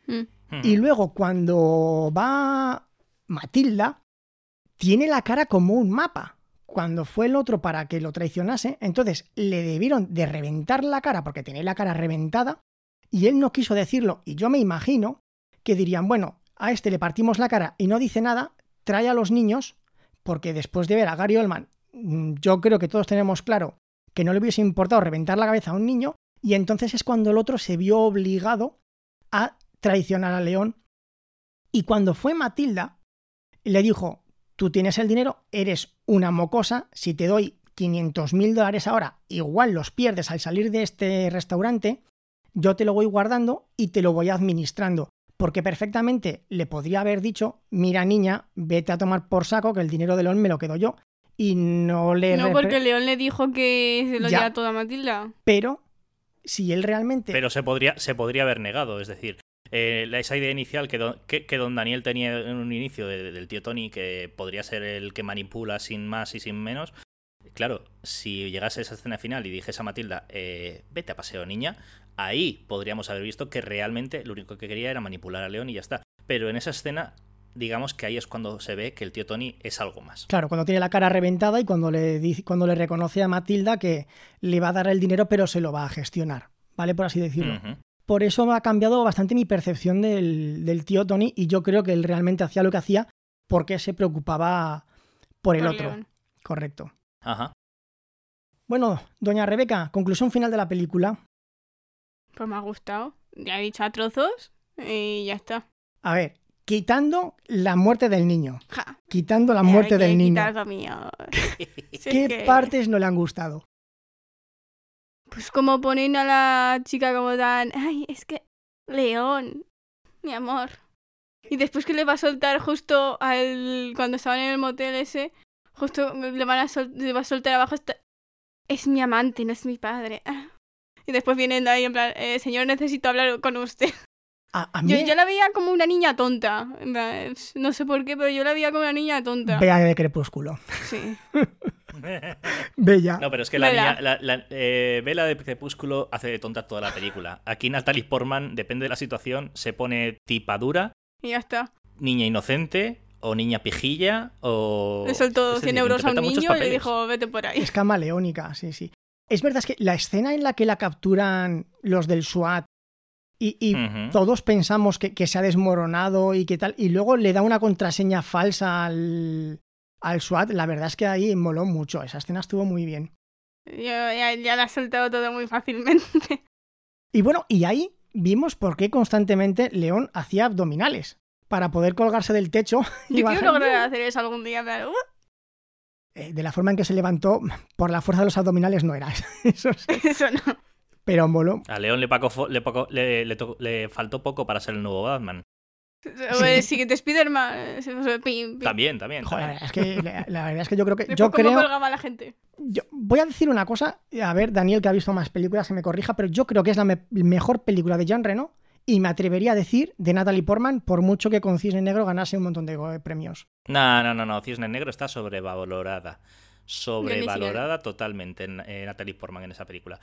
B: Mm.
C: Hmm.
A: Y luego cuando va Matilda, tiene la cara como un mapa. Cuando fue el otro para que lo traicionase, entonces le debieron de reventar la cara porque tenía la cara reventada y él no quiso decirlo. Y yo me imagino que dirían, bueno, a este le partimos la cara y no dice nada, trae a los niños porque después de ver a Gary Oldman, mm, yo creo que todos tenemos claro que no le hubiese importado reventar la cabeza a un niño y entonces es cuando el otro se vio obligado a traicionar a León. Y cuando fue Matilda, le dijo, tú tienes el dinero, eres una mocosa, si te doy 500 mil dólares ahora, igual los pierdes al salir de este restaurante, yo te lo voy guardando y te lo voy administrando. Porque perfectamente le podría haber dicho, mira niña, vete a tomar por saco que el dinero de León me lo quedo yo. Y no le...
B: No,
A: repre-
B: porque León le dijo que se lo
A: Ya.
B: diera todo a Matilda.
A: Pero si él realmente...
C: Pero se podría, se podría haber negado, es decir, eh, la- esa idea inicial que don, que, que don Daniel tenía en un inicio de- del tío Tony, que podría ser el que manipula sin más y sin menos. Claro, si llegase a esa escena final y dijese a Matilda, eh, vete a paseo, niña, ahí podríamos haber visto que realmente lo único que quería era manipular a León y ya está. Pero en esa escena, digamos que ahí es cuando se ve que el tío Tony es algo más.
A: Claro, cuando tiene la cara reventada y cuando le, dice- cuando le reconoce a Matilda que le va a dar el dinero pero se lo va a gestionar, ¿vale? Por así decirlo.
C: Ujú.
A: Por eso ha cambiado bastante mi percepción del, del tío Tony y yo creo que él realmente hacía lo que hacía porque se preocupaba por el
B: por
A: otro.
B: León.
A: Correcto.
C: Ajá.
A: Bueno, doña Rebeca, conclusión final de la película.
B: Pues me ha gustado. Ya he dicho a trozos y ya está.
A: A ver, quitando la muerte del niño,
B: Ja.
A: quitando la muerte
B: Hay que
A: del niño,
B: quitar lo
A: [LAUGHS]
B: mío. Si es
A: ¿qué
B: que-
A: partes no le han gustado?
B: Pues como ponen a la chica como tan... Ay, es que... León, mi amor. Y después que le va a soltar justo al. cuando estaban en el motel ese, justo le, van a sol- le va a soltar abajo. Está... Es mi amante, no es mi padre. [LAUGHS] Ah. Y después vienen de ahí en plan, "Eh, señor, necesito hablar con usted.
A: A, a mí,
B: Yo, yo la veía como una niña tonta. En plan, No sé por qué, pero yo la veía como una niña tonta.
A: Bella de crepúsculo.
B: Sí.
A: Bella.
C: No, pero es que la
B: Vela.
C: niña- la- la- eh, Vela de Crepúsculo hace de tonta toda la película. Aquí Natalie Portman, depende de la situación, se pone tipa dura,
B: Y ya está.
C: niña inocente o niña pijilla o...
B: Le soltó
C: Es decir,
B: 100 euros a un
C: Oh, interpreta muchos
B: niño y le
C: papeles.
B: dijo, vete
A: [LAUGHS]
B: por ahí.
A: Es camaleónica, sí, sí. Es verdad es que la escena en la que la capturan los del SWAT y, y
C: Ujú.
A: todos pensamos que, que se ha desmoronado y que tal, y luego le da una contraseña falsa al, al SWAT, la verdad es que ahí moló mucho. Esa escena estuvo muy bien.
B: Yo- [LAUGHS] ya, ya la ha soltado todo muy fácilmente. [LAUGHS]
A: Y bueno, y ahí vimos por qué constantemente León hacía abdominales para poder colgarse del techo [LAUGHS] y
B: Yo
A: bajar-
B: quiero lograr hacer eso algún día. en plan, "Uh". [LAUGHS]
A: Eh, de la forma en que se levantó, por la fuerza de los abdominales no era [LAUGHS] eso, sí.
B: Eso no.
A: pero moló.
C: A León le, paco fo- le, paco- le- le to- le faltó poco para ser el nuevo Batman.
B: O el siguiente Spiderman. eh, se- se- pim, pim.
C: También, también.
A: Joder, la
C: también.
A: verdad es que, la, la verdad es que yo
B: [LAUGHS]
A: creo que
B: Después,
A: yo
B: ¿cómo
A: creo
B: colgaba a la gente?
A: Yo voy a decir una cosa, eh, a ver, Daniel, que ha visto más películas, que me corrija, pero yo creo que es la me- mejor película de Jean Reno y me atrevería a decir de Natalie Portman, por mucho que con Cisne Negro ganase un montón de go- eh, premios.
C: No, no, no, no. Cisne Negro está sobrevalorada. Sobrevalorada totalmente en- eh, Natalie Portman en esa película.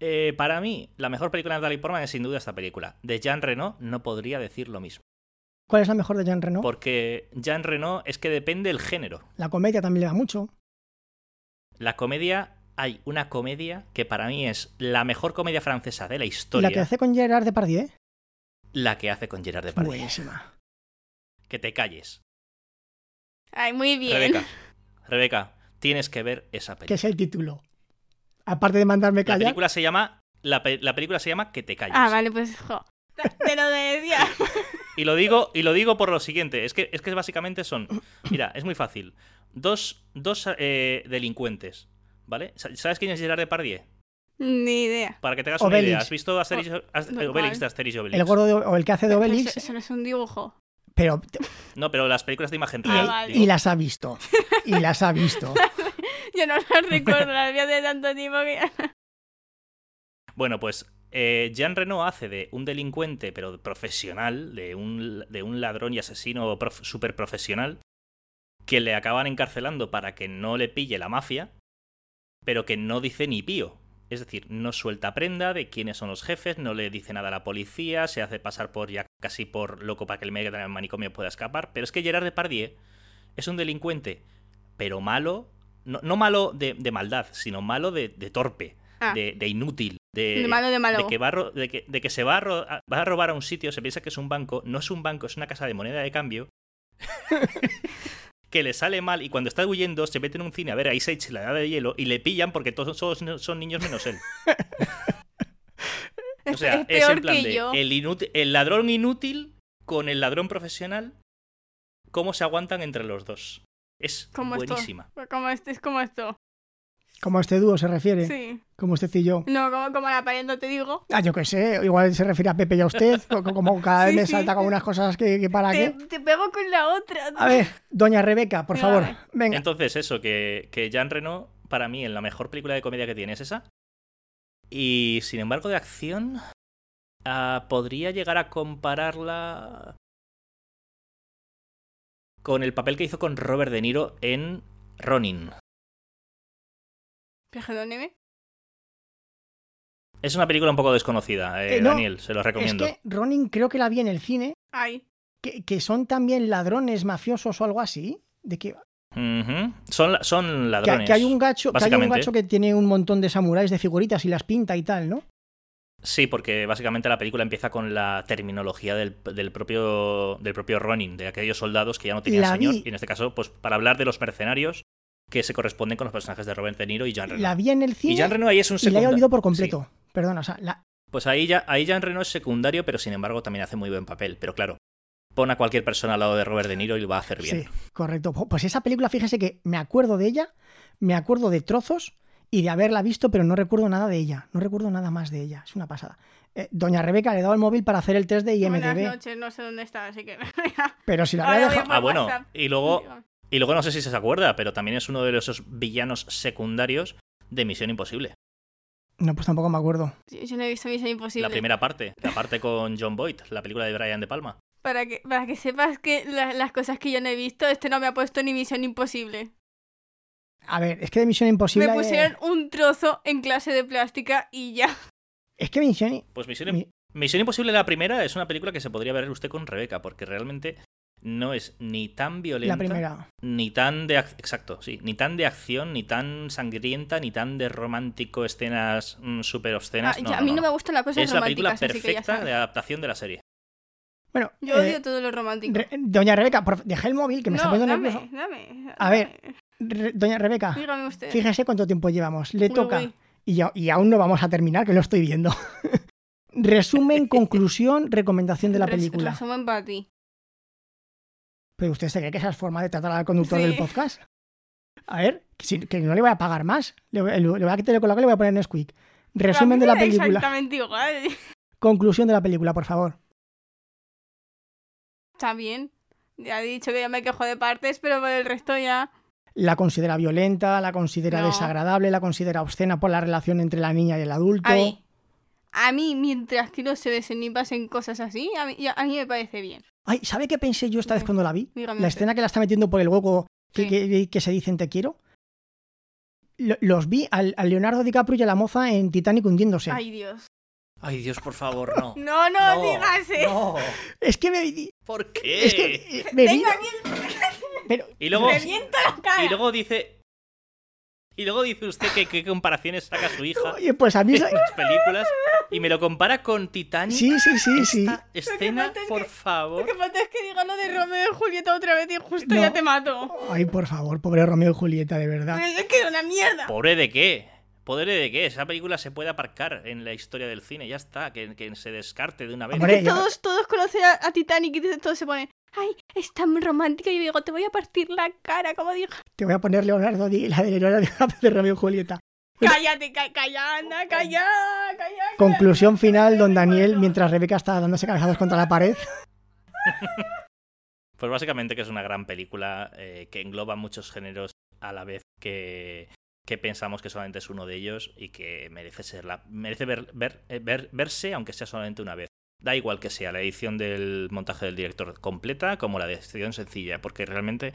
C: Eh, para mí, la mejor película de Natalie Portman es sin duda esta película. De Jean Reno no podría decir lo mismo.
A: ¿Cuál es la mejor de Jean Reno?
C: Porque Jean Reno es que depende el género.
A: La comedia también le va mucho.
C: La comedia, hay una comedia que para mí es la mejor comedia francesa de la
A: Y
C: historia.
A: la que hace con Gerard Depardieu, ¿eh?
C: la que hace con Gerard Depardieu.
A: buenísima.
C: Que te calles.
B: Ay, muy bien.
C: Rebeca, Rebeca, tienes que ver esa película.
A: Que es el título. Aparte de mandarme
C: La
A: callar,
C: película se llama. La, pe- la película se llama Que te calles.
B: Ah, vale, pues jo. Te lo
A: [LAUGHS]
B: decía.
C: Y lo digo, y lo digo por lo siguiente. Es que, es que básicamente son. Mira, es muy fácil. Dos, dos eh, delincuentes. ¿Vale? Sa- ¿Sabes quién es Gerard Depardieu?
B: Ni idea.
C: Para que te hagas una
A: Obelix.
C: idea. ¿Has visto Asterix, As-
B: no,
C: Obelix
B: ¿cuál?
C: de Asterix y Obelix?
A: el gordo de- o el que hace de
B: Pero
A: Obelix,
B: Eso, eso no es un dibujo.
A: pero
C: No, pero las películas de imagen
B: Ah,
C: real.
B: vale.
C: digo.
A: y las ha visto. Y las ha
B: [LAUGHS]
A: visto.
B: Yo no las recuerdo, las vi hace tanto tiempo que...
C: Bueno, pues eh, Jean Reno hace de un delincuente, pero profesional, de un, de un ladrón y asesino super profesional, que le acaban encarcelando para que no le pille la mafia, pero que no dice ni pío. Es decir, no suelta prenda de quiénes son los jefes, no le dice nada a la policía, se hace pasar por ya casi por loco para que el medio del manicomio pueda escapar. Pero es que Gerard Depardieu es un delincuente, pero malo, no, no malo de, de maldad, sino malo de, de torpe,
B: Ah.
C: de, de inútil, de,
B: De malo, de malo.
C: Eh, de que, va a ro- de que, de que se va a, ro- a- va a robar a un sitio, se piensa que es un banco, no es un banco, es una casa de moneda
B: [LAUGHS]
C: de cambio. que le sale mal y cuando está huyendo se mete en un cine a ver a Ice Age, la edad de hielo, y le pillan porque todos, todos no- son niños
B: [LAUGHS]
C: menos él. O
B: Es,
C: sea,
B: es
C: es
B: peor
C: en plan
B: que
C: de
B: yo.
C: el, inútil- el ladrón inútil con el ladrón profesional, cómo se aguantan entre los dos. Es
B: Como esto.
C: buenísima.
B: Como este, es como esto.
A: Como a este dúo se refiere,
B: Sí.
A: como usted y yo.
B: No, como, como la pared no te digo.
A: Ah, yo qué sé, igual se refiere a Pepe y a
B: [LAUGHS]
A: usted, co- co- como cada vez
B: Sí,
A: me
B: sí.
A: salta con unas cosas que, que para
B: Te,
A: qué.
B: te pego con la otra.
A: A
B: [LAUGHS]
A: ver, doña Rebeca, por
B: Venga,
A: favor,
B: vale.
A: venga.
C: Entonces, eso, que, que Jean Reno, para mí, en la mejor película de comedia que tiene es esa. Y sin embargo, de acción, ah, podría llegar a compararla con el papel que hizo con Robert De Niro en Ronin.
B: Perdóneme.
C: Es una película un poco desconocida, eh,
A: Eh, no,
C: Daniel, se lo
A: Es
C: recomiendo.
A: que Ronin creo que la vi en el cine,
B: Ay.
A: que, que son también ladrones mafiosos o algo así, de que, que-
C: Ujú. son, la- son
A: que
C: ladrones.
A: hay un gacho, que hay un
C: básicamente.
A: gacho que tiene un montón de samuráis de figuritas y las pinta y tal, ¿no?
C: Sí, porque básicamente la película empieza con la terminología del, del propio del propio Ronin, de aquellos soldados que ya no tenían
A: La
C: señor.
A: vi.
C: Y en este caso, pues para hablar de los mercenarios que se corresponden con los personajes de Robert De Niro y Jean Reno.
A: La vi en el
C: Y
A: cine
C: Jean Reno ahí es un
A: y la he
C: secundario.
A: olvidado por completo. Perdona, o sea, la-
C: Pues ahí, ya, ahí Jean Reno es secundario, pero sin embargo también hace muy buen papel. Pero claro, pon a cualquier persona al lado de Robert De Niro y lo va a hacer bien.
A: Sí, correcto. Jo, Pues esa película, fíjese que me acuerdo de ella, me acuerdo de trozos y de haberla visto, pero no recuerdo nada de ella. No recuerdo nada más de ella. Es una pasada. Eh, Doña Rebeca le he dado el móvil para hacer el test de
B: Buenas
A: IMDB.
B: noches, no sé dónde está, así que... [LAUGHS]
A: Pero si lo
B: Ahora
A: había
B: voy a
A: dejado.
B: por
C: Ah, bueno,
B: WhatsApp.
C: y luego, y luego no sé si se acuerda, pero también es uno de esos villanos secundarios de Misión Imposible.
A: No, pues tampoco me acuerdo.
B: Sí, Yo no he visto Misión Imposible.
C: La primera parte, la parte con John Boyd, la película de Brian De Palma.
B: Para que, para que sepas que la- las cosas que yo no he visto, este no me ha puesto ni Misión Imposible.
A: A ver, es que de Misión Imposible. eh,
B: me pusieron un trozo en clase de plástica y ya.
A: Es que Misión.
C: Pues Misión, Im-
A: Mi-
C: Misión Imposible, la primera, es una película que se podría ver usted con Rebeca, porque realmente no es ni tan violenta,
A: La primera.
C: ni tan de ac- exacto, sí, ni tan de acción, ni tan sangrienta, ni tan de romántico, escenas mm, super obscenas.
B: Ah,
C: no,
B: ya, a
C: no,
B: mí no,
C: no.
B: me gustan las cosas
C: es la película
B: románticas, así que ya
C: perfecta
B: sabes.
C: de adaptación de la serie.
A: Bueno,
B: Yo
A: eh,
B: odio todo lo romántico.
A: Re- Doña Rebeca, por... fa- dejé el móvil que me
B: no,
A: está poniendo
B: dame,
A: nervioso.
B: dame,
A: A ver,
B: dame.
A: Re- Doña Rebeca,
B: dígame usted.
A: fíjese cuánto tiempo llevamos. Le
B: Uy,
A: toca.
B: uy.
A: Y, ya- y aún no vamos a terminar, que lo estoy viendo. [LAUGHS] Resumen, conclusión, recomendación de la
B: Res-
A: película.
B: Resumen para ti.
A: Pero usted se cree que esa es forma de tratar al conductor
B: Sí.
A: del podcast. A ver, que, si- que no le voy a pagar más. Le voy, le voy a quitar el color y le voy a poner en Squeak. Resumen de la
B: Pero a mí me da
A: película.
B: Exactamente igual. [LAUGHS]
A: Conclusión de la película, por favor.
B: Está bien. Ya he dicho que ya me quejo de partes, pero por el resto ya.
A: La considera violenta, la considera
B: No.
A: desagradable, la considera obscena por la relación entre la niña y el adulto.
B: A mí, a mí mientras que no se besen ni pasen cosas así, a mí, ya- a mí me parece bien.
A: Ay, ¿sabe qué pensé yo esta vez
B: Dime.
A: cuando la vi?
B: Dígame.
A: La
B: usted.
A: escena que la está metiendo por el hueco que,
B: Sí.
A: que- que se dicen te quiero. Lo- Los vi al, al Leonardo DiCaprio y a la moza en Titanic hundiéndose.
B: Ay, Dios.
C: Ay, Dios, por favor, no.
B: No, [LAUGHS] no, digas eso.
C: no.
A: Es que me vi.
C: ¿Por qué?
A: Es que eh, me vi.
B: Tengo aquí el
A: Pero,
C: Y luego,
B: reviento la cara.
C: y luego dice. Y luego dice usted que qué comparaciones saca su hija
A: oye, pues a mí.
C: en
B: [LAUGHS]
C: las películas y me lo compara con Titanic.
A: Sí, sí, sí, sí.
C: Esta escena,
B: falta es
C: por
B: que- Lo
C: favor.
B: que falta es que diga lo de Romeo y Julieta otra vez y justo
A: No.
B: ya te mato.
A: Ay, por favor, pobre Romeo y Julieta, de verdad.
B: Es que era una mierda.
C: ¿Pobre de qué? ¿Pobre de qué? Esa película se puede aparcar en la historia del cine, ya está, que, que se descarte de una vez.
A: Hombre, ya-
B: Todos, todos conocen a, a Titanic y dice- todos se ponen. Ay, es tan romántica. Y yo digo, te voy a partir la cara, como dijo.
A: Te voy a poner Leonardo Di, la de Leonardo DiCaprio de Romeo y Julieta.
B: Cállate, ca- calla, anda, calla, calla.
A: Conclusión final, don
B: me
A: Daniel,
B: muero.
A: mientras Rebeca está dándose cabezazos contra la pared.
C: Pues básicamente que es una gran película eh, que engloba muchos géneros a la vez que, que pensamos que solamente es uno de ellos y que merece serla, merece ver, ver- eh, ver- verse aunque sea solamente una vez. Da igual que sea la edición del montaje del director completa como la de edición sencilla, porque realmente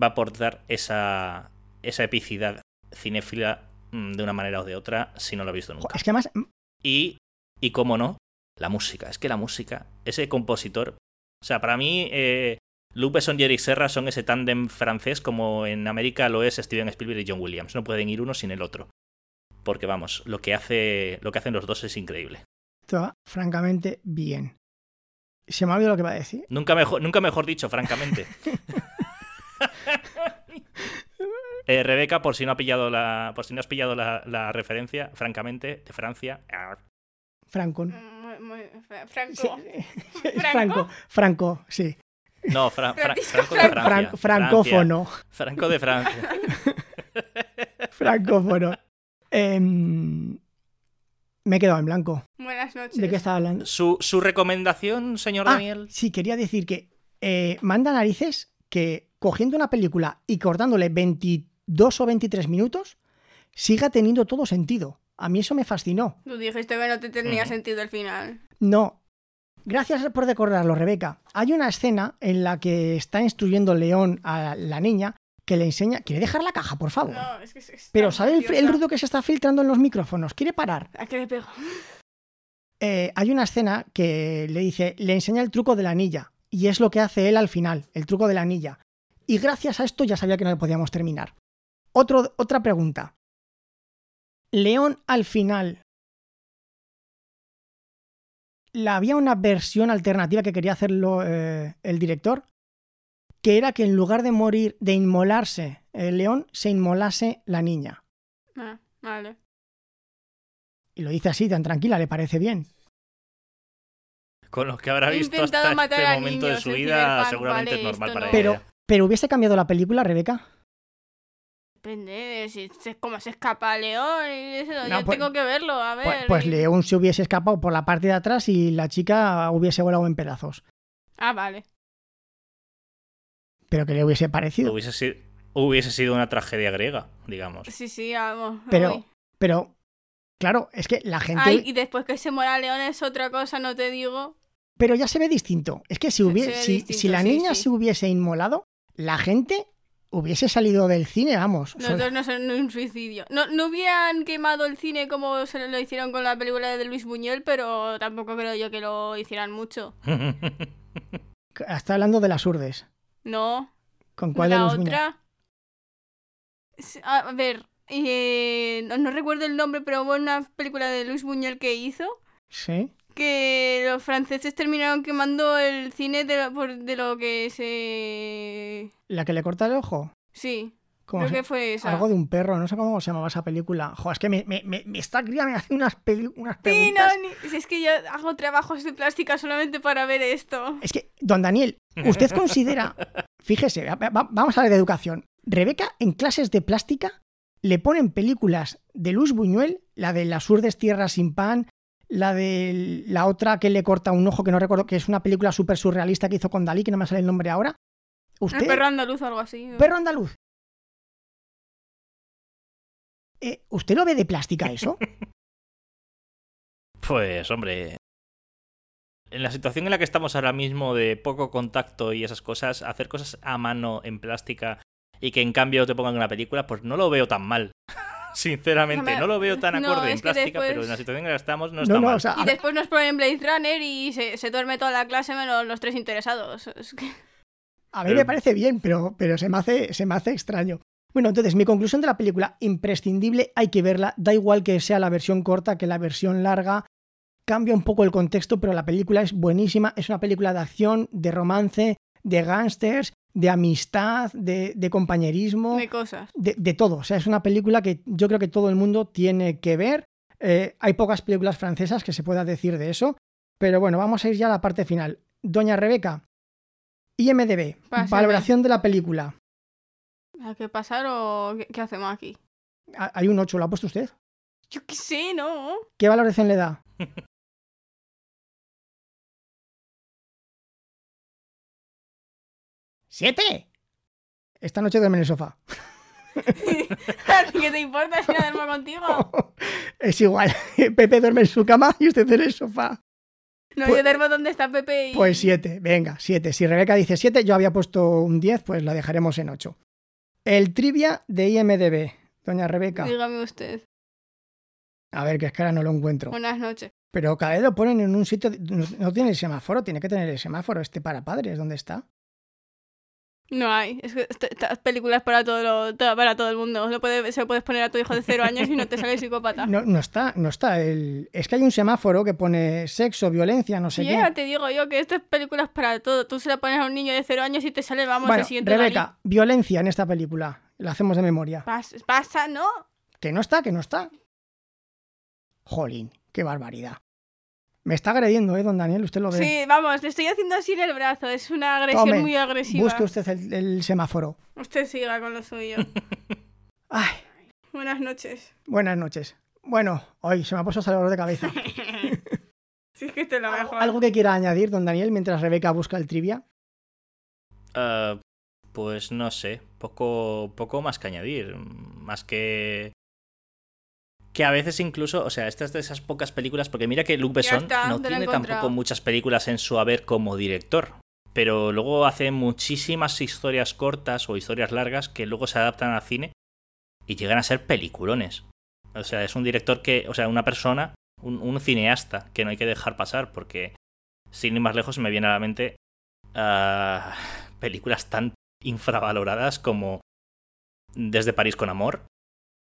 C: va a aportar esa, esa epicidad cinéfila mm, de una manera o de otra si no lo ha visto
A: Jo,
C: nunca.
A: Es que además, mm,
C: Y, y cómo no, la música. Es que la música, ese compositor. O sea, para mí, eh, Lupe son Jerry Serra son ese tándem francés como en América lo es Steven Spielberg y John Williams. No pueden ir uno sin el otro. Porque vamos, lo que, hace, lo que hacen los dos es increíble.
A: está francamente bien. Se me ha olvidado lo que va a decir.
C: Nunca mejor, nunca mejor dicho, francamente. [LAUGHS] Eh, Rebeca, por si no ha pillado la, por si no has pillado la, la referencia, francamente, de Francia. ah, Arr.
A: Francon.
B: Muy- muy- Fra-
A: Sí,
B: Franco.
A: sí, es
B: [LAUGHS] ¿Franco?
A: Franco, Franco, sí.
C: No, Fra- Fra-
B: Francisco
C: Franco de
A: Fran-
C: Francia. Francia.
A: francófono. [LAUGHS]
C: Franco de Francia.
A: Francófono. Em, me he quedado en blanco.
B: Buenas noches.
A: ¿De qué estaba hablando?
C: ¿Su, su recomendación, señor
A: Ah,
C: Daniel?
A: sí, quería decir que eh, manda narices que cogiendo una película y cortándole 22 o 23 minutos, siga teniendo todo sentido. A mí eso me fascinó.
B: Tú dijiste que no te tenía
C: Ujú.
B: sentido el final.
A: No. Gracias por recordarlo, Rebeca. Hay una escena en la que está instruyendo León a la niña que le enseña. ¿Quiere dejar la caja, por favor?
B: No, es que es- es
A: Oh. Pero
B: tan
A: ¿sabe el, fr- el
B: graciosa.
A: ruido que se está filtrando en los micrófonos? ¿Quiere parar?
B: ¿A qué le pego?
A: Eh, hay una escena que le dice, le enseña el truco de la anilla. Y es lo que hace él al final, el truco de la anilla. Y gracias a esto ya sabía que no podíamos terminar. Otro, otra pregunta. León al final. ¿La había una versión alternativa que quería hacerlo eh, el director? Que era que en lugar de morir, de inmolarse el león, se inmolase la niña.
B: Ah, vale.
A: Y lo dice así, tan tranquila, le parece bien.
C: Con lo que habrá
B: He
C: visto
B: intentado
C: hasta
B: matar
C: este
B: a
C: momento de
B: niños
C: su
B: en
C: vida,
B: Cyberpunk,
C: seguramente
B: vale,
C: es normal
B: esto
C: para
B: no.
C: ella.
A: Pero, pero hubiese cambiado la película, Rebeca.
B: Depende de si se- cómo se escapa León y eso.
A: No,
B: yo
A: pues-
B: tengo que verlo, a ver.
A: Pues, pues
B: y-
A: León se hubiese escapado por la parte de atrás y la chica hubiese volado en pedazos.
B: Ah, vale.
A: Pero que le hubiese parecido.
C: Hubiese sido, hubiese sido una tragedia griega, digamos. [LAUGHS]
B: Sí, sí, vamos.
A: Pero
B: uy.
A: Pero, claro, es que la gente.
B: Ay, y después que se muera León es otra cosa, no te digo.
A: Pero ya se ve distinto. Es que si,
B: Se-
A: hubie-
B: se ve
A: si,
B: distinto,
A: si la
B: sí,
A: niña
B: sí.
A: se hubiese inmolado, la gente hubiese salido del cine, vamos. O sea,
B: Nosotros no son un suicidio. No, no hubieran quemado el cine como se lo hicieron con la película de Luis Buñuel, pero tampoco creo yo que lo hicieran mucho.
A: Está hablando de las urdes.
B: No.
A: ¿Con cuál de
B: La
A: los Buñuel?
B: otra. S- A ver, eh, no, no recuerdo el nombre, pero hubo una película de Luis Buñuel que hizo
A: Sí.
B: que los franceses terminaron quemando el cine de lo, por- de lo que se.
A: La que le corta el ojo.
B: Sí,
A: ¿Cómo
B: creo
A: se-
B: que fue esa.
A: Algo de un perro, no sé cómo se llamaba esa película. Jo, es que me, me- me- me- esta cría me hace unas, peli- unas
B: Sí,
A: preguntas.
B: no, ni- si es que yo hago trabajos de plástica solamente para ver esto.
A: Es que, don Daniel,
B: [LAUGHS]
A: usted considera, fíjese, va- va- vamos a hablar de educación. Rebeca, en clases de plástica, le ponen películas de Luis Buñuel, la de Las urdes tierras sin pan, la de la otra que le corta un ojo, que no recuerdo, que es una película súper surrealista que hizo con Dalí, que no me sale el nombre ahora. Usted,
B: El Ah, perro andaluz o algo así. ¿no?
A: perro andaluz. Eh, ¿Usted lo ve de plástica eso?
C: Pues, hombre. En la situación en la que estamos ahora mismo de poco contacto y esas cosas, hacer cosas a mano en plástica y que en cambio te pongan una película, pues no lo veo tan mal. [LAUGHS] Sinceramente,
B: Hombre,
C: no lo veo tan
B: no,
C: acorde en
B: es que
C: plástica,
B: después-
C: pero en la situación en la que estamos no
A: No,
C: está
A: no,
C: mal.
A: o sea,
B: Y
A: a ver,
B: después nos ponen Blade Runner y se, se duerme toda la clase menos los tres interesados. [LAUGHS] Es que-
A: A
C: Eh.
A: mí me parece bien, pero, pero se, me hace, se me hace extraño. Bueno, entonces, mi conclusión de la película, imprescindible, hay que verla, da igual que sea la versión corta que la versión larga, cambia un poco el contexto, pero la película es buenísima, es una película de acción, de romance, de gángsters, de amistad, de, de compañerismo,
B: de cosas.
A: de, de todo. O sea, es una película que yo creo que todo el mundo tiene que ver. Eh, hay pocas películas francesas que se pueda decir de eso, pero bueno, vamos a ir ya a la parte final. Doña Rebeca, IMDB,
B: Pásame.
A: valoración de la película.
B: ¿A qué pasar o qué, qué hacemos aquí?
A: Ah, Hay un 8, ¿lo ha puesto usted?
B: Yo qué
A: [LAUGHS]
B: sé, ¿no?
A: ¿Qué valoración le da? ¡Siete! Esta noche duerme en el sofá.
B: ¿A ti ¿Qué te importa si no duermo contigo?
A: [LAUGHS] es igual. Pepe duerme en su cama y usted en el sofá.
B: No,
A: Pues-
B: yo duermo donde está Pepe y...
A: Pues 7, venga, 7. Si Rebeca dice 7, yo había puesto un 10, pues la dejaremos en 8. El trivia de IMDB, doña Rebeca.
B: Dígame usted.
A: A ver, que es que ahora no lo encuentro.
B: Buenas noches.
A: Pero cada vez lo ponen en un sitio. No, no tiene el semáforo, tiene que tener el semáforo este para padres, ¿dónde está?
B: No hay. Es que est- estas películas para todo, lo- to- para todo el mundo. Lo puede- se lo puedes poner a tu hijo de cero años y no
A: [LAUGHS]
B: te sale psicópata.
A: No, no está, no está. El... Es que hay un semáforo que pone sexo, violencia, no sé
B: Sí,
A: qué.
B: ya te digo yo que estas películas para todo. Tú se la pones a un niño de cero años y te sale, vamos,
A: bueno,
B: el siguiente
A: Rebeca,
B: Dalí.
A: violencia en esta película. La hacemos de memoria.
B: Pas- pasa, ¿no?
A: Que no está, que no está. Jolín, qué barbaridad. Me está agrediendo, ¿eh, don Daniel? Usted lo ve.
B: Sí, vamos, le estoy haciendo así en el brazo. Es una agresión
A: Tome,
B: muy agresiva.
A: Busque usted el, el semáforo.
B: Usted siga con lo suyo.
A: [LAUGHS] Ay, [LAUGHS]
B: Buenas noches.
A: buenas noches. Bueno, hoy se me ha puesto hasta el dolor de cabeza.
B: si es que te lo mejor.
A: ¿Algo que quiera añadir, don Daniel, mientras Rebeca busca el trivia?
C: Ah, pues no sé, poco, poco más que añadir. Más que. Que a veces incluso, o sea, estas de esas pocas películas, porque mira que Luc Besson
B: está,
C: no
B: te lo he
C: tiene
B: encontrado.
C: tampoco muchas películas en su haber como director. Pero luego hace muchísimas historias cortas o historias largas que luego se adaptan al cine y llegan a ser peliculones. O sea, es un director que, o sea, una persona, un, un cineasta que no hay que dejar pasar porque, sin ir más lejos, me viene a la mente ah, películas tan infravaloradas como Desde París con Amor,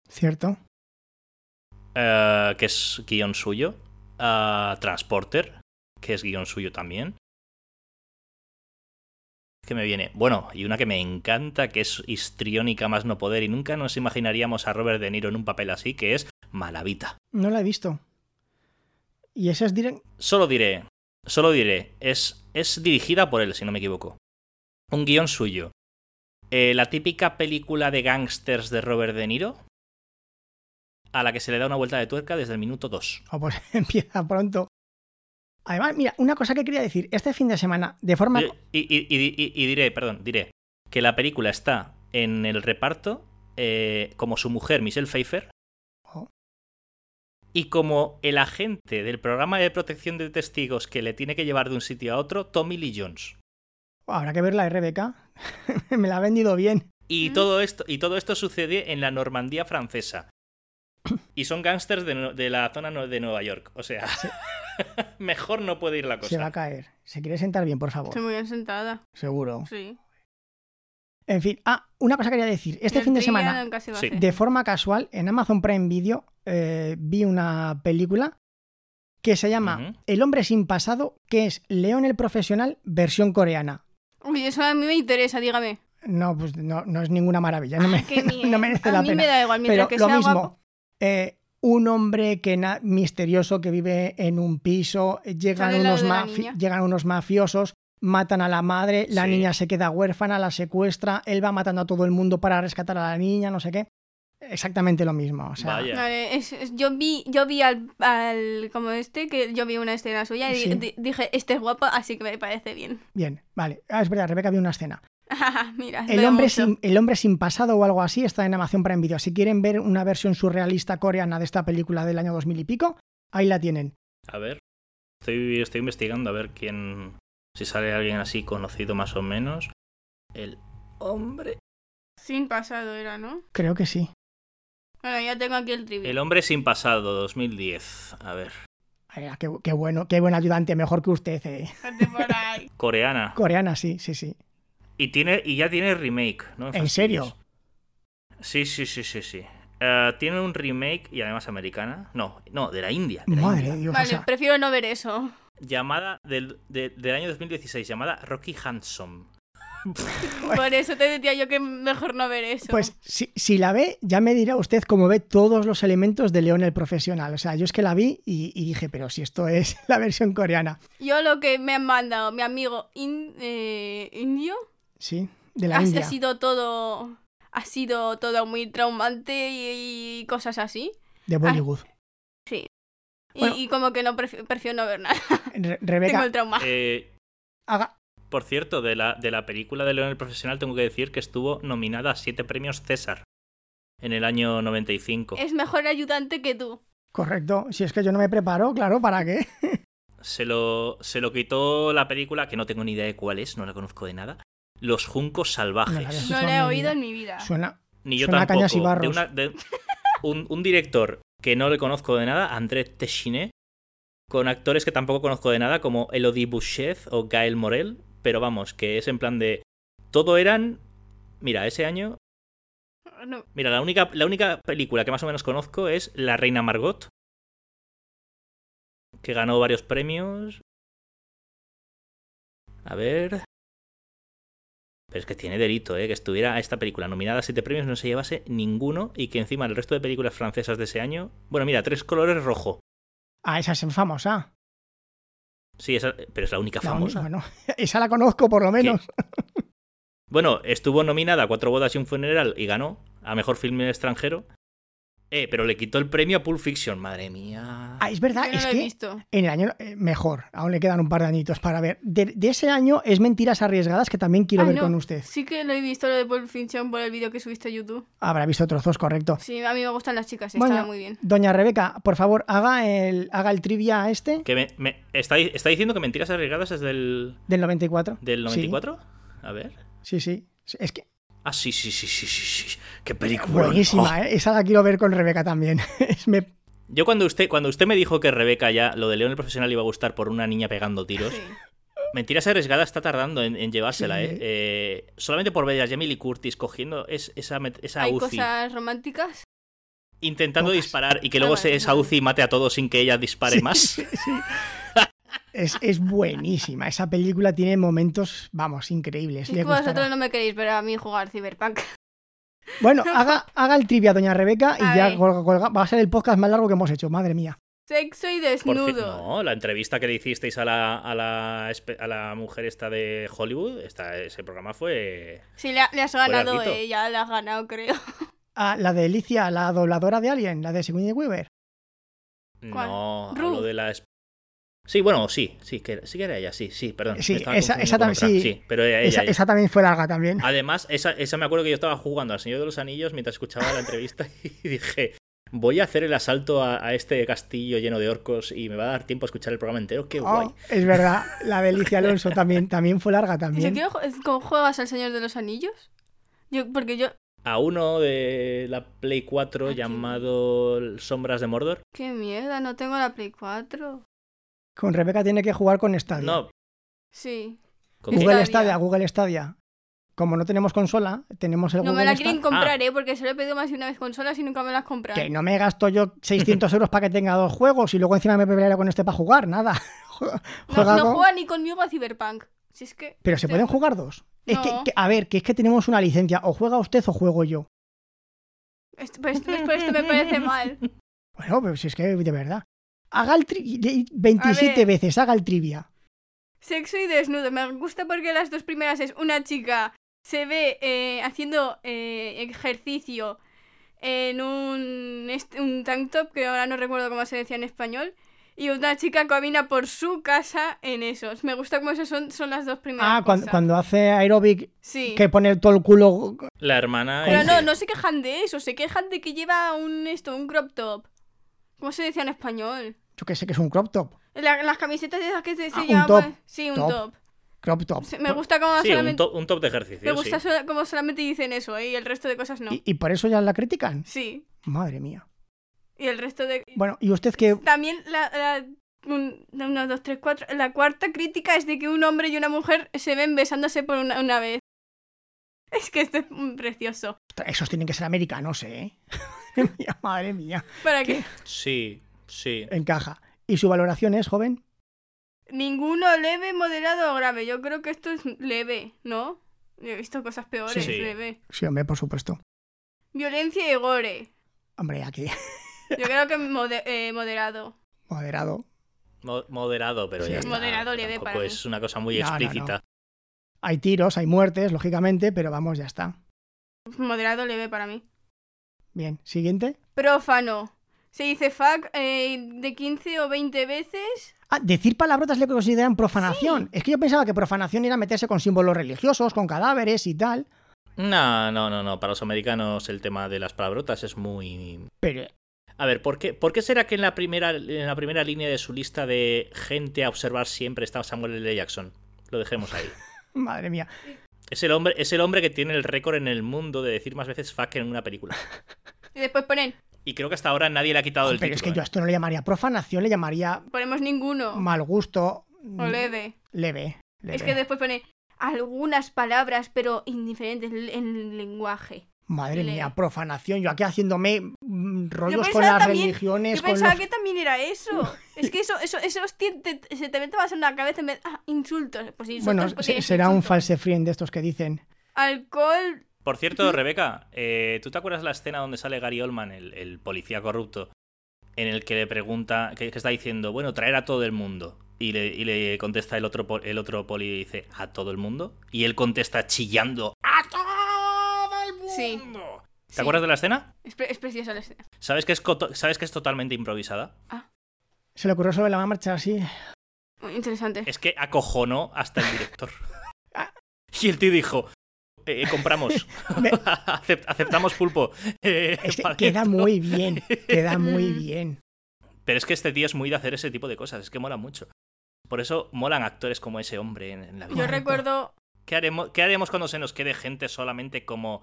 A: ¿Cierto?
C: eh, que es guión suyo, ah, Transporter, que es guión suyo también. Que me viene. Bueno, y una que me encanta, que es histriónica más no poder, y nunca nos imaginaríamos a Robert De Niro en un papel así, que es Malavita.
A: No la he visto. Y esa es direct...
C: Solo diré, solo diré, es, es dirigida por él, si no me equivoco. Un guión suyo. Eh, la típica película de gángsters de Robert De Niro, a la que se le da una vuelta de tuerca desde el minuto 2.
A: Oh, pues [LAUGHS] empieza pronto. Además, mira, una cosa que quería decir, este fin de semana, de forma...
C: Y, y- y- y- y diré, perdón, diré que la película está en el reparto eh, como su mujer, Michelle Pfeiffer,
A: Oh.
C: y como el agente del programa de protección de testigos que le tiene que llevar de un sitio a otro, Tommy Lee Jones.
A: Habrá que ver la RBK. [LAUGHS] Me la ha vendido bien.
C: Y
B: Mm.
C: todo esto, y todo esto sucede en la Normandía francesa. Y son gángsters de, Nue- de la zona nue- de Nueva York. O sea, [LAUGHS] mejor no puede ir la
A: Se va a
C: cosa.
A: caer. Se quiere sentar bien, por favor.
B: Estoy muy bien sentada.
A: Seguro.
B: Sí.
A: En fin, ah, una cosa que quería decir. Este
B: El
A: fin de
B: tri
A: semana,
B: ya nunca se va a
C: Sí.
B: hacer.
A: de forma casual, en Amazon Prime Video eh, vi una película que se llama
C: Ujú.
A: El hombre sin pasado, que es León el profesional versión coreana.
B: Uy, eso a mí me interesa, dígame.
A: No, pues no, no es ninguna maravilla. [LAUGHS] No, me,
B: Qué
A: no,
B: bien.
A: merece
B: a
A: la
B: mí
A: pena.
B: me da igual,
A: Pero
B: mientras que
A: lo
B: sea
A: mismo,
B: guapo.
A: eh, un hombre que na- misterioso que vive en un piso, eh, llegan
B: Sale al lado
A: unos,
B: de la
A: mafi-
B: niña.
A: llegan unos mafiosos, matan a la madre, la
C: Sí.
A: niña se queda huérfana, la secuestra, él va matando a todo el mundo para rescatar a la niña, no sé qué. Exactamente lo mismo. O sea,
C: Vaya.
B: Vale, es- es- yo vi, yo vi al, al- como este, que yo vi una escena suya y di-
A: Sí.
B: di- dije, este es guapo, así que me parece bien. [LAUGHS]
A: Bien, vale. Ah, es verdad, Rebeca vio una escena.
B: Mira,
A: El
B: veo
A: hombre,
B: mucho.
A: sin, el hombre sin pasado o algo así está en Amazon Prime Video. Si quieren ver una versión surrealista coreana de esta película del año 2000 y pico, ahí la tienen.
C: A ver. Estoy, estoy investigando a ver quién. Si sale alguien así conocido más o menos. El hombre.
B: Sin pasado era, ¿no?
A: Creo que sí.
B: Bueno, ya tengo aquí el trivia.
C: El hombre sin pasado, 2010. A ver.
A: Ay, ah, qué, qué bueno, qué buen ayudante, mejor que usted. eh.
B: Vete por ahí.
C: Coreana.
A: Coreana, sí, sí, sí.
C: Y tiene, y ya tiene remake, ¿no? me
A: ¿En
C: fastidies.
A: serio?
C: Sí, sí, sí, sí, sí. Eh, tiene un remake y además americana. No, no, de la India. de la
A: Madre
C: India.
A: de Dios, o
B: Vale,
A: sea,
B: prefiero no ver eso.
C: Llamada del, de- del año 2016, llamada Rocky Handsome.
B: Por eso te decía yo que mejor no ver eso.
A: pues si, si la ve, ya me dirá usted cómo ve todos los elementos de León el Profesional. O sea, yo es que la vi y, y dije, pero si esto es [LAUGHS] la versión coreana,
B: Yo lo que me han mandado mi amigo in- eh, indio
A: ¿sí? De la
B: ha, ha
A: India.
B: sido todo ha sido todo muy traumante y, y cosas así.
A: De Bollywood.
B: Y,
A: Bueno.
B: y como que no prefi- prefiero no ver nada.
A: Re-
B: Tengo
A: Rebeca,
B: el
C: [LAUGHS]
B: trauma.
C: Eh,
A: haga-
C: por cierto, de la, de la película de León el Profesional tengo que decir que estuvo nominada a siete premios César en el año 95.
A: Eh.
B: Es mejor ayudante que tú.
A: Correcto. Si es que yo no me preparo, claro, ¿para qué?
C: Se lo, se lo quitó la película, que no tengo ni idea de cuál es, no la conozco de nada. Los Juncos
A: No la había
C: Salvajes.
B: No
A: Eso
B: lo he
A: me
B: oído
A: diga.
B: en mi vida.
A: Suena.
C: Ni yo
A: Suena a
C: tampoco.
A: Cañas y
C: De
A: Barros.
C: una- de- un, un director que no le conozco de nada, André Techiné, con actores que tampoco conozco de nada, como Elodie Bouchet o Gael Morel, pero vamos, que es en plan de. Todo eran. Mira, ese año.
B: No.
C: Mira, la única, la única película que más o menos conozco es La Reina Margot. Que ganó varios premios. A ver. Pero es que tiene delito, ¿eh? Que estuviera esta película nominada a siete premios, no se llevase ninguno y que encima el resto de películas francesas de ese año. Bueno, mira, tres colores rojo.
A: Ah, esa es famosa.
C: Sí, esa- pero es la única
A: La
C: famosa.
A: uni- bueno, [LAUGHS] esa la conozco por lo menos.
C: Bueno, estuvo nominada a Cuatro bodas y un funeral y ganó a mejor filme extranjero. Eh, pero le quitó el premio a Pulp Fiction, madre mía.
A: Ah, es verdad,
B: Yo no
A: es
B: lo he
A: que
B: visto.
A: en el año eh, mejor, aún le quedan un par de añitos para ver. De, de ese año es Mentiras Arriesgadas que también quiero
B: Ah,
A: ver
B: no.
A: con usted.
B: Sí que lo he visto lo de Pulp Fiction por el vídeo que subiste a YouTube.
A: Habrá visto trozos, correcto.
B: Sí, a mí me gustan las chicas,
A: Bueno.
B: estaba muy bien.
A: Doña Rebeca, por favor, haga el, haga el trivia a este
C: Que me- me- está, está diciendo que mentiras arriesgadas es del,
A: del 94.
C: del
A: Sí,
C: 94. A ver.
A: Sí, sí. Sí, Es que
C: Ah, sí, sí, sí, sí, sí, sí. Qué película.
A: buenísima, ¿eh? Esa la quiero ver con Rebeca también. [LAUGHS] Es- me-
C: Yo cuando usted, cuando usted me dijo que Rebeca ya lo de León el Profesional iba a gustar por una niña pegando tiros,
B: Sí.
C: Mentiras arriesgadas está tardando en, en llevársela,
A: Sí.
C: ¿eh? Eh, Solamente por ver a Jamie Lee Curtis cogiendo es- esa, met- esa
B: Hay
C: UCI,
B: cosas románticas.
C: intentando
A: Pocas.
C: disparar y que
B: Ah,
C: luego
B: vale,
C: se- esa
B: vale.
C: UCI mate a todos sin que ella dispare
A: Sí,
C: más.
A: [LAUGHS] Es, es buenísima. Esa película tiene momentos, vamos, increíbles.
B: Es
A: Le
B: que vosotros
A: gustará.
B: no me queréis ver a mí jugar Cyberpunk. [LAUGHS]
A: Bueno, haga, haga el trivia, doña Rebeca, y
B: A
A: ya
B: ver.
A: colga, colga. Va a ser el podcast más largo que hemos hecho, madre mía.
B: Sexo y
C: Por fin-
B: desnudo.
C: no, la entrevista que le hicisteis a la, a la, espe- a la mujer esta de Hollywood, esta, ese programa fue...
B: Sí, le, ha- le has ganado
C: larguito.
B: ella, le has ganado, creo. [LAUGHS]
A: Ah, la de Alicia, la dobladora de Alien, la de Sigourney Weaver.
B: ¿Cuál?
C: No,
B: Ru.
C: hablo de la... esp- Sí, bueno, sí, sí que, sí que era ella, sí, sí, perdón.
A: Sí,
C: me estaba
A: esa-
C: confundiendo
A: esa
C: con
A: tam-
C: otra.
A: sí.
C: pero era ella,
A: Esa,
C: ella. Ah,
A: esa también fue larga también.
C: Además, esa, esa me acuerdo que yo estaba jugando al Señor de los Anillos mientras escuchaba la entrevista [LAUGHS] y dije, voy a hacer el asalto a, a este castillo lleno de orcos y me va a dar tiempo a escuchar el programa entero, qué
A: Oh,
C: guay.
A: es verdad, la de Alicia Alonso también, también fue larga
B: ¿Y si
A: también.
B: quiero ju- ¿Cómo juegas al Señor de los Anillos? Yo, porque yo.
C: A uno de la Play 4
B: Aquí.
C: llamado Sombras de Mordor.
B: ¡Qué mierda! No tengo la Play 4.
A: Con Rebeca tiene que jugar con Stadia.
C: No,
B: Sí.
C: ¿con qué?
A: Google
B: Stadia.
A: Stadia, Google Stadia. Como no tenemos consola, tenemos el
B: No
A: Google
B: me la
A: Stadia.
B: quieren comprar, ¿eh? Porque se lo he pedido más de una vez consolas y nunca me las compran.
A: Que no me gasto yo 600 euros para que tenga dos juegos y luego encima me pelearé con este para jugar, nada. [LAUGHS] Juega
B: No, no
A: con-
B: juega ni conmigo a Cyberpunk. Si es que.
A: Pero se
B: Sí.
A: pueden jugar dos. Es que,
B: No.
A: que- a ver, que es que tenemos una licencia. O juega usted o juego yo.
B: Esto, pues, pues, pues, esto me parece mal.
A: Bueno, pero si es que de verdad. Haga el tri- de- 27
B: A ver.
A: veces, haga el trivia.
B: Sexo y desnudo. Me gusta porque las dos primeras es una chica se ve eh, haciendo eh, ejercicio en un, est- un tank top, que ahora no recuerdo cómo se decía en español, y una chica camina por su casa en esos. Me gusta cómo esas son, son las dos primeras.
A: Ah, cuando,
B: cosas.
A: cuando hace aeróbic
B: Sí.
A: que pone todo el culo.
C: La hermana...
B: Pero
C: es-
B: no, no se quejan de eso, se quejan de que lleva un esto, un crop top. ¿Cómo se decía en español?
A: Yo que sé que es un crop top.
B: La- las camisetas esas que se, se
A: Ah, un
B: llaman-
A: top.
B: Sí, un
A: Top.
B: top.
A: Crop top.
B: Sí, Me gusta cómo
C: Sí, un,
B: solamente.
C: top, un top de ejercicio.
B: Me gusta pues
C: sí.
B: sola- como solamente dicen eso ¿eh? y el resto de cosas no.
A: Y, y por eso ya la critican.
B: Sí,
A: Madre mía.
B: y el resto de...
A: Bueno, ¿y usted que
B: También la... la... un- uno, dos, tres, cuatro. La cuarta crítica es de que un hombre y una mujer se ven besándose por una, una vez. [LAUGHS] Es que esto es mm, precioso.
A: Esos tienen que ser americanos, ¿eh? [LAUGHS] Madre mía, madre mía.
B: ¿Para que
C: Sí, sí.
A: Encaja. ¿Y su valoración es, joven?
B: Ninguno leve, moderado o grave. Yo creo que esto es leve, ¿no? Yo He visto cosas peores,
C: Sí.
B: leve.
A: Sí, hombre, por supuesto.
B: Violencia y gore.
A: Hombre, aquí, [LAUGHS]
B: Yo creo que mode- eh, moderado.
A: moderado.
C: Mo- Moderado, pero
A: Sí.
C: ya está.
B: Moderado le dé
C: Tampoco
B: para mí.
C: es una cosa muy
A: No, no, no.
C: explícita.
A: Hay tiros, hay muertes, lógicamente, pero vamos, ya está.
B: Moderado, leve para mí.
A: Bien, siguiente.
B: Prófano. Se dice fuck eh, de 15 o 20 veces.
A: Ah, decir palabrotas le consideran profanación. Es que yo pensaba que profanación era meterse con símbolos religiosos, con cadáveres y tal.
C: No, no, no, no. Para los americanos el tema de las palabrotas es muy...
A: Pero
C: A ver, ¿por qué, ¿por qué será que en la, primera, en la primera línea de su lista de gente a observar siempre está Samuel L. Jackson? Lo dejemos ahí.
A: Madre mía.
C: Es el hombre, es el hombre que tiene el récord en el mundo de decir más veces fuck en una película.
B: Y después ponen,
C: Y creo que hasta ahora nadie le ha quitado el
A: Ah, Pero es que yo
C: título. ¿eh?
A: a esto no le llamaría profanación, le llamaría
B: ponemos ninguno.
A: mal gusto. mm,
B: o leve.
A: Leve.
B: Es
A: leve.
B: que después ponen algunas palabras, pero indiferentes en el lenguaje.
A: Madre
B: leve.
A: mía, profanación. Yo aquí haciéndome mm, rollos con
B: pensaba
A: las
B: también-
A: religiones,
B: Yo
A: con
B: pensaba
A: los-
B: que también
A: [LAUGHS]
B: era eso. es que eso, eso, eso hostia, te- te- se te mete más en la cabeza en vez ah, insultos. Pues insultos
A: Bueno,
B: porque
A: se-
B: es
A: será un
B: insulto.
A: false friend de estos que dicen.
B: Alcohol.
C: Por cierto, Rebeca, eh, ¿tú te acuerdas la escena donde sale Gary Oldman, el, el policía corrupto, en el que le pregunta, que, que está diciendo, bueno, traer a todo el mundo? Y le, y le contesta el otro, po- el otro poli y dice, ¿a todo el mundo? Y él contesta chillando, ¡a todo el mundo!
B: Sí.
C: ¿Te acuerdas de la escena?
B: Es, pre- es preciosa la escena.
C: ¿Sabes que es, coto- ¿Sabes que es totalmente improvisada?
A: Se le ocurrió sobre la marcha así.
B: Muy interesante.
C: Es que acojonó hasta el
A: [LAUGHS]
C: director. Y el tío dijo, eh, compramos,
A: Ah. [LAUGHS] Me-
C: [LAUGHS] Acept- aceptamos pulpo. Eh,
A: Es que
C: para
A: queda
C: esto.
A: muy bien, queda muy
B: Mm.
A: bien.
C: Pero es que este tío es muy de hacer ese tipo de cosas, es que mola mucho. Por eso molan actores como ese hombre en, en la vida.
B: Yo recuerdo.
C: ¿Qué, haremos, ¿Qué haremos cuando se nos quede gente solamente como...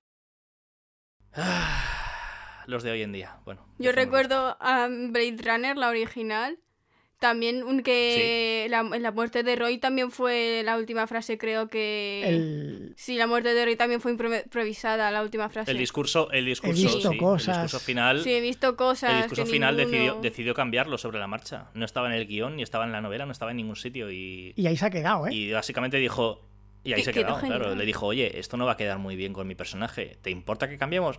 C: Ah, los de hoy en día? Bueno.
B: Yo
C: dejémoslo.
B: recuerdo a Blade Runner, la original. También un que la, la muerte de Roy también fue la última frase, creo que.
A: El-
B: Sí, la muerte de Roy también fue improve- improvisada, la última frase.
C: El discurso, el discurso,
A: visto
C: sí,
A: cosas.
C: el discurso final,
B: Sí, he visto cosas.
C: el discurso
B: que
C: final decidió,
B: ninguno-
C: decidió cambiarlo sobre la marcha. No estaba en el guión, ni estaba en la novela, no estaba en ningún sitio y,
A: Y ahí se ha quedado, ¿eh?
C: y básicamente dijo... Y ahí
B: Que-
C: se
B: quedó
C: quedó, claro.
B: genial.
C: Le dijo, oye, esto no va a quedar muy bien con mi personaje. ¿Te importa que cambiemos?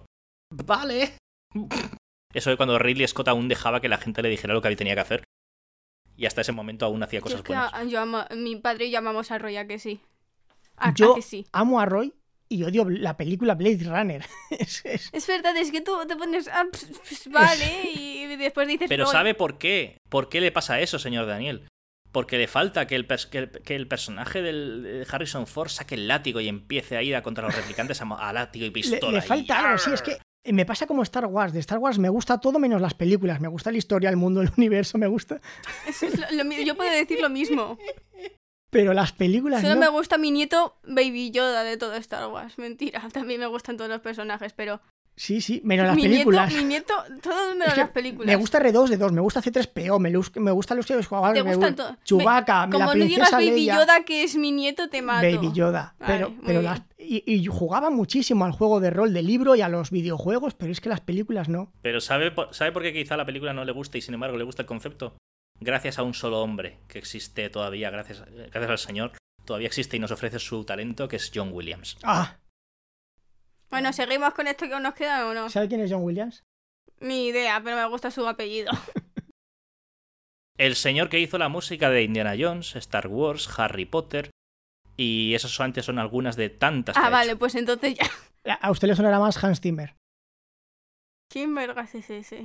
C: Vale. [LAUGHS] Eso de cuando Ridley Scott aún dejaba que la gente le dijera lo que tenía que hacer. Y hasta ese momento aún hacía
B: Yo es
C: cosas
B: que
C: buenas.
B: a- yo amo- mi padre y yo amamos a Roy, ¿a que sí. A, a
A: Yo-
B: que sí.
A: Amo a Roy y odio la película Blade Runner. [LAUGHS] Es- es-
B: Es verdad, es que tú te pones. "Ah, ps, [LAUGHS] ps, vale, y después dices.
C: Pero
B: "Roy".
C: ¿sabe por qué? ¿Por qué le pasa eso, señor Daniel? Porque le falta que el, pers- que el, que el personaje del de Harrison Ford saque el látigo y empiece a ir a contra los replicantes a, mo- a látigo y
A: le, le
C: pistola. y
A: falta algo, sí, es que me pasa como Star Wars. De Star Wars me gusta todo menos las películas. Me gusta la historia, el mundo, el [LAUGHS] universo, me gusta.
B: Eso es lo- lo mi- yo puedo decir lo mismo.
A: Pero las películas
B: Solo
A: no.
B: me gusta mi nieto Baby Yoda de todo Star Wars. Mentira, [LAUGHS] también me gustan todos los personajes, pero.
A: Sí, sí, menos las
B: mi
A: películas.
B: nieto, mi nieto, todos
A: Es
B: menos
A: que
B: las películas.
A: Me gusta R2 de 2, me gusta C3PO, me, lus- me gustan los que
B: Te
A: jugaban.
B: gustan todos.
A: Chubaca, la
B: Como no digas
A: princesa
B: Baby
A: Leia,
B: Yoda que es mi nieto, te mato.
A: Baby Yoda.
B: Vale,
A: Pero,
B: Ah, muy
A: pero
B: bien.
A: las- y, y jugaba muchísimo al juego de rol de libro y a los videojuegos, pero es que las películas no.
C: Pero ¿sabe por, ¿sabe por qué quizá la película no le gusta y sin embargo le gusta el concepto? Gracias a un solo hombre que existe todavía, gracias, gracias al señor, todavía existe y nos ofrece su talento, que es John Williams.
A: Ah,
B: Bueno, seguimos con esto que nos queda o no.
A: Ah. ¿sabe quién es John Williams?
B: Ni idea, pero me gusta su apellido.
C: El señor que hizo la música de Indiana Jones, Star Wars, Harry Potter, y esas son- antes son algunas de tantas. que ha
B: Ah,
C: hecho.
B: vale, pues entonces ya. [LAUGHS]
A: A- A usted le sonará más Hans Zimmer.
B: ¿Quién vergas es ese?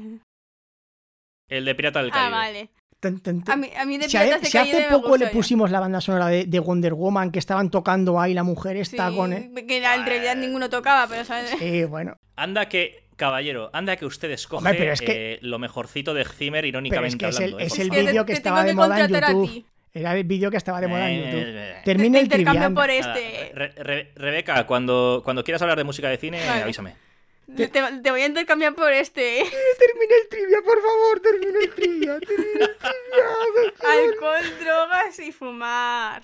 C: El de Pirata del
B: Ah,
C: Caribe.
B: vale.
A: Tan, tan, tan.
B: A mí, a mí de
A: Si, a-
B: piratas de
A: si hace
B: Caribe me
A: poco le
B: gusta ya.
A: pusimos la banda sonora de, de Wonder Woman, que estaban tocando ahí la mujer esta
B: Sí,
A: con... eh,
B: Que en realidad ninguno tocaba, pero ¿sabes?
A: Sí, bueno.
C: Anda que, caballero, anda que usted escoge
A: Hombre, pero es que-
C: eh, lo mejorcito de Zimmer,
A: Pero es
C: irónicamente
A: que es el,
C: hablando. ¿eh?
A: es
C: Por
A: el
C: favor.
A: vídeo que
B: te
A: estaba
B: tengo
A: de
B: que
A: moda en
B: contratar a
A: YouTube.
B: ti.
A: Era el vídeo que estaba de moda en YouTube.
C: Eh,
B: Te-
A: Termina
B: te
A: el
B: intercambio
A: trivial.
B: por
C: Nada,
B: este.
C: Re- Re- Rebeca, cuando, cuando quieras hablar de música de cine,
B: Vale.
C: avísame.
B: Te, te voy a intercambiar por este.
A: Termina el trivia, por favor, termina el trivia, termina el trivia.
B: Alcohol, drogas y fumar.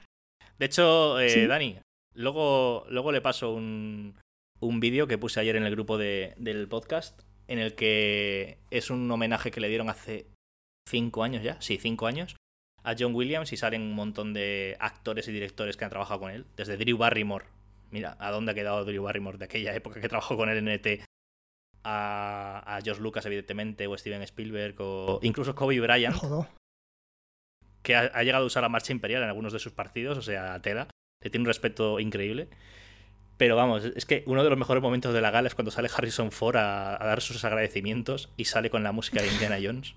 C: De hecho, eh,
A: ¿Sí?
C: Dani, luego, luego le paso un, un vídeo que puse ayer en el grupo de- del podcast, en el que es un homenaje que le dieron hace cinco años ya, sí, cinco años, a John Williams y salen un montón de actores y directores que han trabajado con él, desde Drew Barrymore. Mira, ¿a dónde ha quedado Drew Barrymore de aquella época que trabajó con él en ET? A, a George Lucas, evidentemente, o Steven Spielberg, o incluso Kobe Bryant
A: Joder.
C: que ha, ha llegado a usar la marcha imperial en algunos de sus partidos, o sea, tela. Le tiene un respeto increíble. Pero vamos, es que uno de los mejores momentos de la gala es cuando sale Harrison Ford a, a dar sus agradecimientos y sale con la música de Indiana Jones.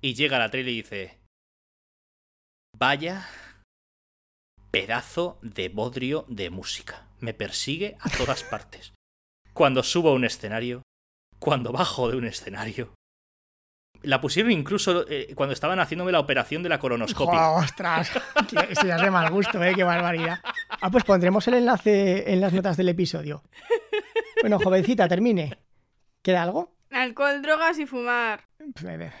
C: Y llega a la tele y dice: Vaya pedazo de bodrio de música. Me persigue a todas partes. Cuando subo a un escenario, cuando bajo de un escenario. La pusieron incluso eh, cuando estaban haciéndome la operación de la colonoscopia.
A: Joder, ostras, que esto ya es de mal gusto, eh, qué barbaridad. Ah, pues pondremos el enlace en las notas del episodio. Bueno, jovencita, termine. ¿Queda algo?
B: Alcohol, drogas y fumar.
A: Pues, eh,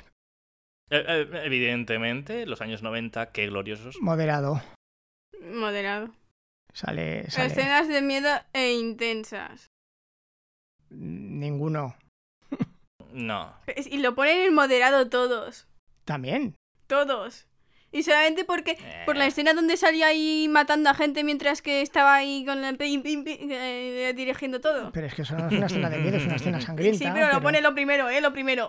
C: Eh, eh, Evidentemente, los años 90, qué gloriosos.
A: Moderado.
B: Moderado.
A: Sale,
B: pues,
A: sale.
B: Escenas de miedo e intensas.
A: Ninguno.
C: No.
B: Es- Y lo ponen en moderado todos.
A: También.
B: Todos. Y solamente porque.
C: Eh,
B: Por la escena donde salía ahí matando a gente mientras que estaba ahí con el pim, pim, pim, eh, dirigiendo todo.
A: Pero es que eso no es una escena de miedo, es una escena
B: Sí,
A: sangrienta.
B: sí, pero lo pone lo primero, ¿eh? Lo primero.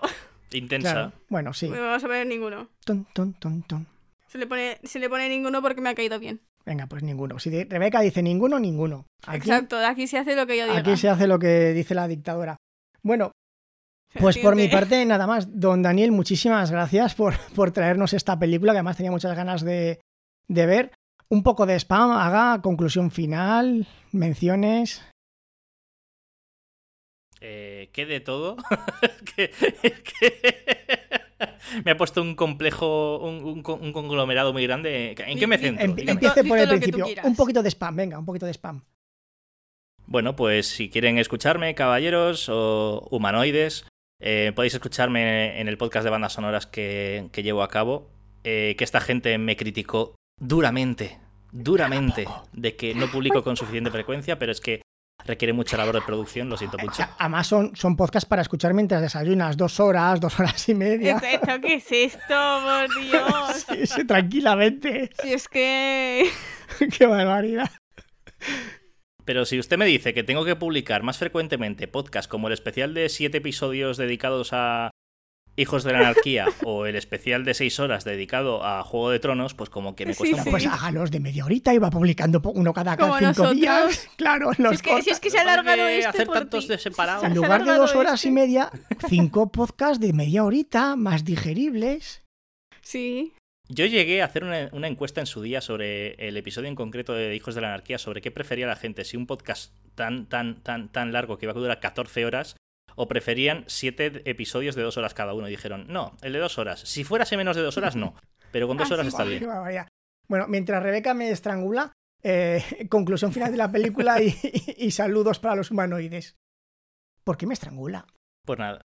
C: Intensa.
A: Claro. Bueno, sí.
B: No vamos a poner ninguno.
A: Ton, ton, ton, ton.
B: Se le, pone, se le pone ninguno porque me ha caído bien.
A: Venga, pues ninguno. Si de- Rebeca dice ninguno, ninguno. Aquí,
B: Exacto, de aquí se hace lo que yo diga.
A: aquí
B: [LAUGHS]
A: se hace lo que dice la dictadora. Bueno, pues por mi
B: Gente.
A: parte nada más. Don Daniel, muchísimas gracias por, por traernos esta película que además tenía muchas ganas de, de ver. Un poco de spam, haga conclusión final, menciones.
C: Eh, ¿Qué de todo? [LAUGHS] que, que- Me ha puesto un complejo, un, un co- un conglomerado muy grande. ¿En qué me
B: Di- di-
C: centro?
A: Em-
C: Dígame.
B: di-
A: empiece por
B: Dice
A: el
B: lo que tú
A: principio.
B: quieras.
A: Un poquito de spam, venga, un poquito de spam.
C: Bueno, pues si quieren escucharme, caballeros o humanoides, eh, podéis escucharme en el podcast de bandas sonoras que, que llevo a cabo, eh, que esta gente me criticó duramente, duramente, de que no publico con suficiente frecuencia, pero es que requiere mucha labor de producción, lo siento mucho.
A: A- Además son, son podcasts para escuchar mientras desayunas, dos horas, dos horas y media.
B: ¿Esto, esto qué es esto? Por [LAUGHS] Dios.
A: Sí, sí, [LAUGHS] tranquilamente.
B: Si es que.
A: Qué barbaridad.
C: Pero si usted me dice que tengo que publicar más frecuentemente podcasts como el especial de 7 episodios dedicados a Hijos de la Anarquía o el especial de 6 horas dedicado a Juego de Tronos, pues como que me cuesta
B: Sí,
C: un
B: sí.
C: poco.
A: Pues hágalos de media horita y va publicando po- uno cada, cada
B: Como
A: cinco
B: nosotros.
A: días. Claro, los
B: Si es que, si es que se ha
C: Pero ¿para
B: alargado
C: qué
B: este
C: hacer
B: por
C: tantos
B: ti?
C: de separados?
B: Se ha
A: En lugar de
B: alargado
A: dos horas
B: este.
A: y media, cinco podcasts de media horita, más digeribles.
B: Sí.
C: Yo llegué a hacer una, una encuesta en su día sobre el episodio en concreto de Hijos de la Anarquía, sobre qué prefería la gente, si un podcast tan, tan, tan, tan largo que iba a durar 14 horas, o preferían 7 episodios de 2 horas cada uno. Y dijeron, no, el de 2 horas. Si fuerase menos de 2
B: [LAUGHS]
C: horas, no. Pero con 2
B: Ah,
C: horas
B: sí.
C: está
A: Guau,
C: bien.
A: qué barbaridad. Bueno, mientras Rebeca me estrangula, eh, [LAUGHS] conclusión final de la película y, y saludos para los humanoides. ¿Por qué me estrangula? [LAUGHS]
C: Pues nada.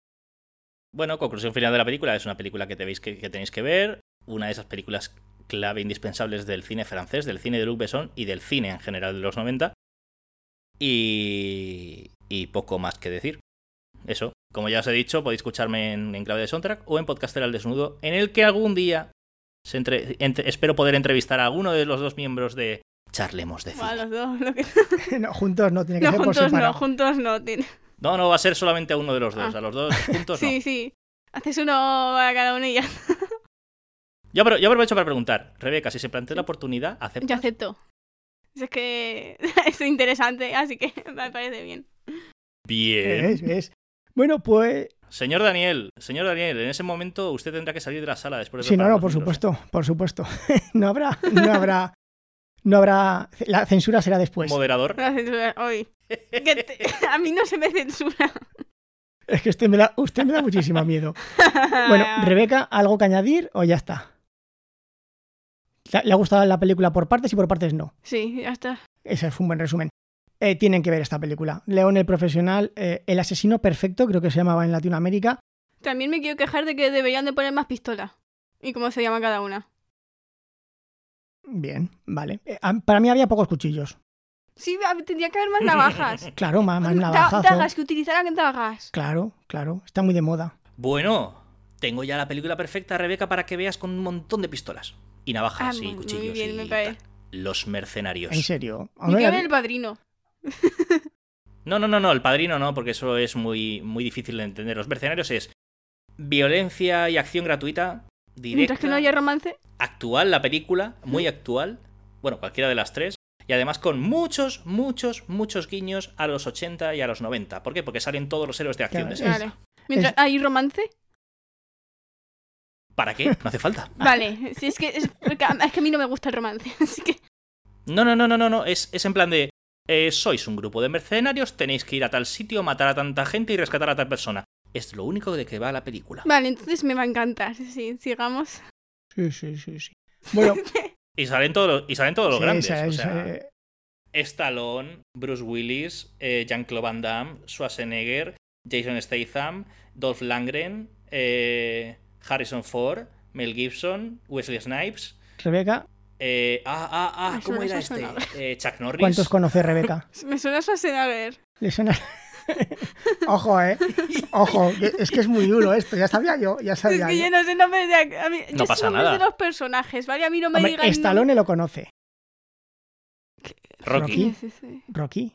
C: Bueno, conclusión final de la película. Es una película que, tenéis que, que tenéis que ver. Una de esas películas clave indispensables del cine francés, del cine de Luc Besson y del cine en general de los 90. Y, y poco más que decir. Eso. Como ya os he dicho, podéis escucharme en, en clave de soundtrack o en Podcaster al Desnudo, en el que algún día se entre- entre- espero poder entrevistar a alguno de los dos miembros de Charlemos de
B: O a
C: Cine.
B: los dos.
A: [LAUGHS]
B: lo que-
A: No, juntos no, tiene que
B: No,
A: ser por
B: juntos no,
A: separado.
B: juntos no. tiene-
C: No, no, va a ser solamente a uno de los dos.
B: Ah.
C: A los dos
B: [LAUGHS]
C: juntos no.
B: Sí, sí. Haces uno a cada uno y ya,
C: Yo, apro- yo aprovecho para preguntar, Rebeca, si se plantea la oportunidad, ¿aceptas?
B: ya acepto. Es que [LAUGHS] es interesante, así que [LAUGHS] me parece bien.
C: Bien.
B: ¿Eh?
A: ¿Ves? ¿Ves? Bueno, pues.
C: Señor Daniel, señor Daniel, en ese momento usted tendrá que salir de la sala después de
A: Sí, no,
C: preparar
A: no,
C: los
A: por
C: libros.
A: supuesto, por supuesto. [LAUGHS] No habrá, no habrá, no habrá. La censura será después.
C: Pues, Moderador.
B: La censura hoy. Que [LAUGHS] te- A mí no se me censura.
A: Es que usted me da, usted me da muchísimo miedo. Bueno,
B: Ah.
A: Rebeca, ¿algo que añadir o ya está? ¿Le le ha gustado la película por partes y por partes no?
B: Sí, ya está.
A: Ese fue un buen resumen. Eh, tienen que ver esta película. León el Profesional, eh, El Asesino Perfecto, creo que se llamaba en Latinoamérica.
B: También me quiero quejar de que deberían de poner más pistolas. ¿Y cómo se llama cada una?
A: Bien, vale. Eh, a- para mí había pocos cuchillos.
B: Sí, hab- tendría que haber más navajas.
A: Claro, más, más
B: Da-
A: navajazo.
B: dagas, que utilizaran dagas.
A: Claro, claro. Está muy de moda.
C: Bueno, tengo ya la película perfecta, Rebeca, para que veas con un montón de pistolas. Y navajas
B: Ah,
C: y
B: muy- muy
C: cuchillos
B: bien,
C: y
B: me parece.
C: tal. Los mercenarios.
A: En serio.
B: Yo
A: Aún no la
B: quiero ver
A: vi-
B: el padrino.
C: No, no, no, no, el padrino no, porque eso es muy, muy difícil de entender. Los mercenarios es violencia y acción gratuita, directa.
B: Mientras que no haya romance.
C: actual la película, muy actual, bueno, cualquiera de las tres, y además con muchos, muchos, muchos guiños a los 80 y a los 90. ¿Por qué? Porque salen todos los héroes de acción de
A: Claro,
C: esa.
A: es-
B: Vale. Mientras hay romance.
C: ¿Para qué? No hace falta.
A: Ah.
B: Vale. Si es que es, porque a- es que a mí no me gusta el romance. [LAUGHS] Así que
C: No, no, no, no, no, no. Es, es en plan de. eh, sois un grupo de mercenarios, tenéis que ir a tal sitio, matar a tanta gente y rescatar a tal persona. Es lo único de que va la película.
B: vale, entonces me va a encantar. Sí, sigamos.
A: Sí, sí, sí, sí.
C: [LAUGHS]
A: Bueno,
C: Y salen todos los, y salen todos los
A: sí,
C: grandes.
A: esa-
C: o
A: esa-
C: sea,
A: eh,
C: Stallone, Bruce Willis, eh, Jean-Claude Van Damme, Schwarzenegger, Jason Statham, Dolph Lundgren, eh, Harrison Ford, Mel Gibson, Wesley Snipes.
A: Rebeca,
C: eh, ah, ah, ah,
B: Eso
C: ¿cómo
B: me
C: era este?
B: suena.
C: Eh, Chuck Norris.
A: ¿cuántos conoce Rebeca?
B: Me suena a ver.
A: Le suena- [LAUGHS] Ojo, eh. Ojo, que- es que es muy duro esto. Ya sabía yo, ya
B: Es
A: sabía.
B: que
A: yo.
B: yo no sé nombres de, a mí- yo
C: No
B: sé
C: pasa
B: nombres
C: nada.
B: de los personajes, ¿vale? A mí no me
A: Hombre,
B: digan...
A: Stallone lo conoce.
C: Rocky,
A: Rocky.
B: Sí, sí, sí.
A: Rocky.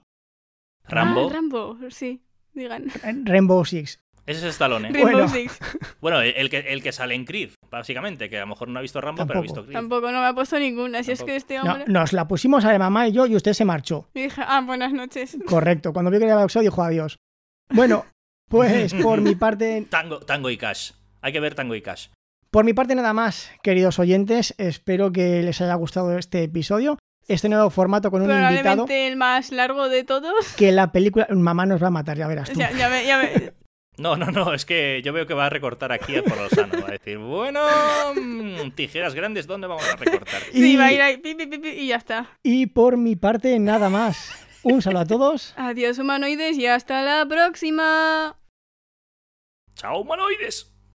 C: Rambo.
B: Ah, Rambo, sí. Digan.
A: Rainbow Six.
C: Ese es Stallone. ¿eh?
B: Rainbow
A: Bueno.
B: Six.
C: Bueno, el el que, el que sale en Creed, básicamente, que a lo mejor no ha visto Rambo, pero ha visto
A: Tampoco.
C: Creed.
B: Tampoco, no me ha puesto ninguna. Si es
C: Tampoco.
B: que este
A: No,
B: hombre...
A: nos la pusimos a la mamá y yo y usted se marchó.
B: Y dije, ah, buenas noches.
A: Correcto. Cuando vio que era boxeo dijo adiós. Bueno, pues por mi parte,
C: Tango, tango y Cash. Hay que ver Tango y Cash.
A: por mi parte nada más, queridos oyentes. Espero que les haya gustado este episodio. Este nuevo formato con un invitado
B: Probablemente el más largo de todos.
A: que la película mamá nos va a matar, ya verás
B: O
A: tú.
B: sea, ya ve, ya ve.
C: No, no, no, es que yo veo que va a recortar aquí a por lo sano. Va a decir, bueno, mm, tijeras grandes, ¿dónde vamos a recortar?
A: [LAUGHS]
B: Sí,
A: Y-
B: va a ir ahí, pi, pi, pi, pi, y ya está.
A: Y por mi parte nada más. Un saludo a todos.
B: Adiós, humanoides, y hasta la próxima.
C: ¡Chao, humanoides!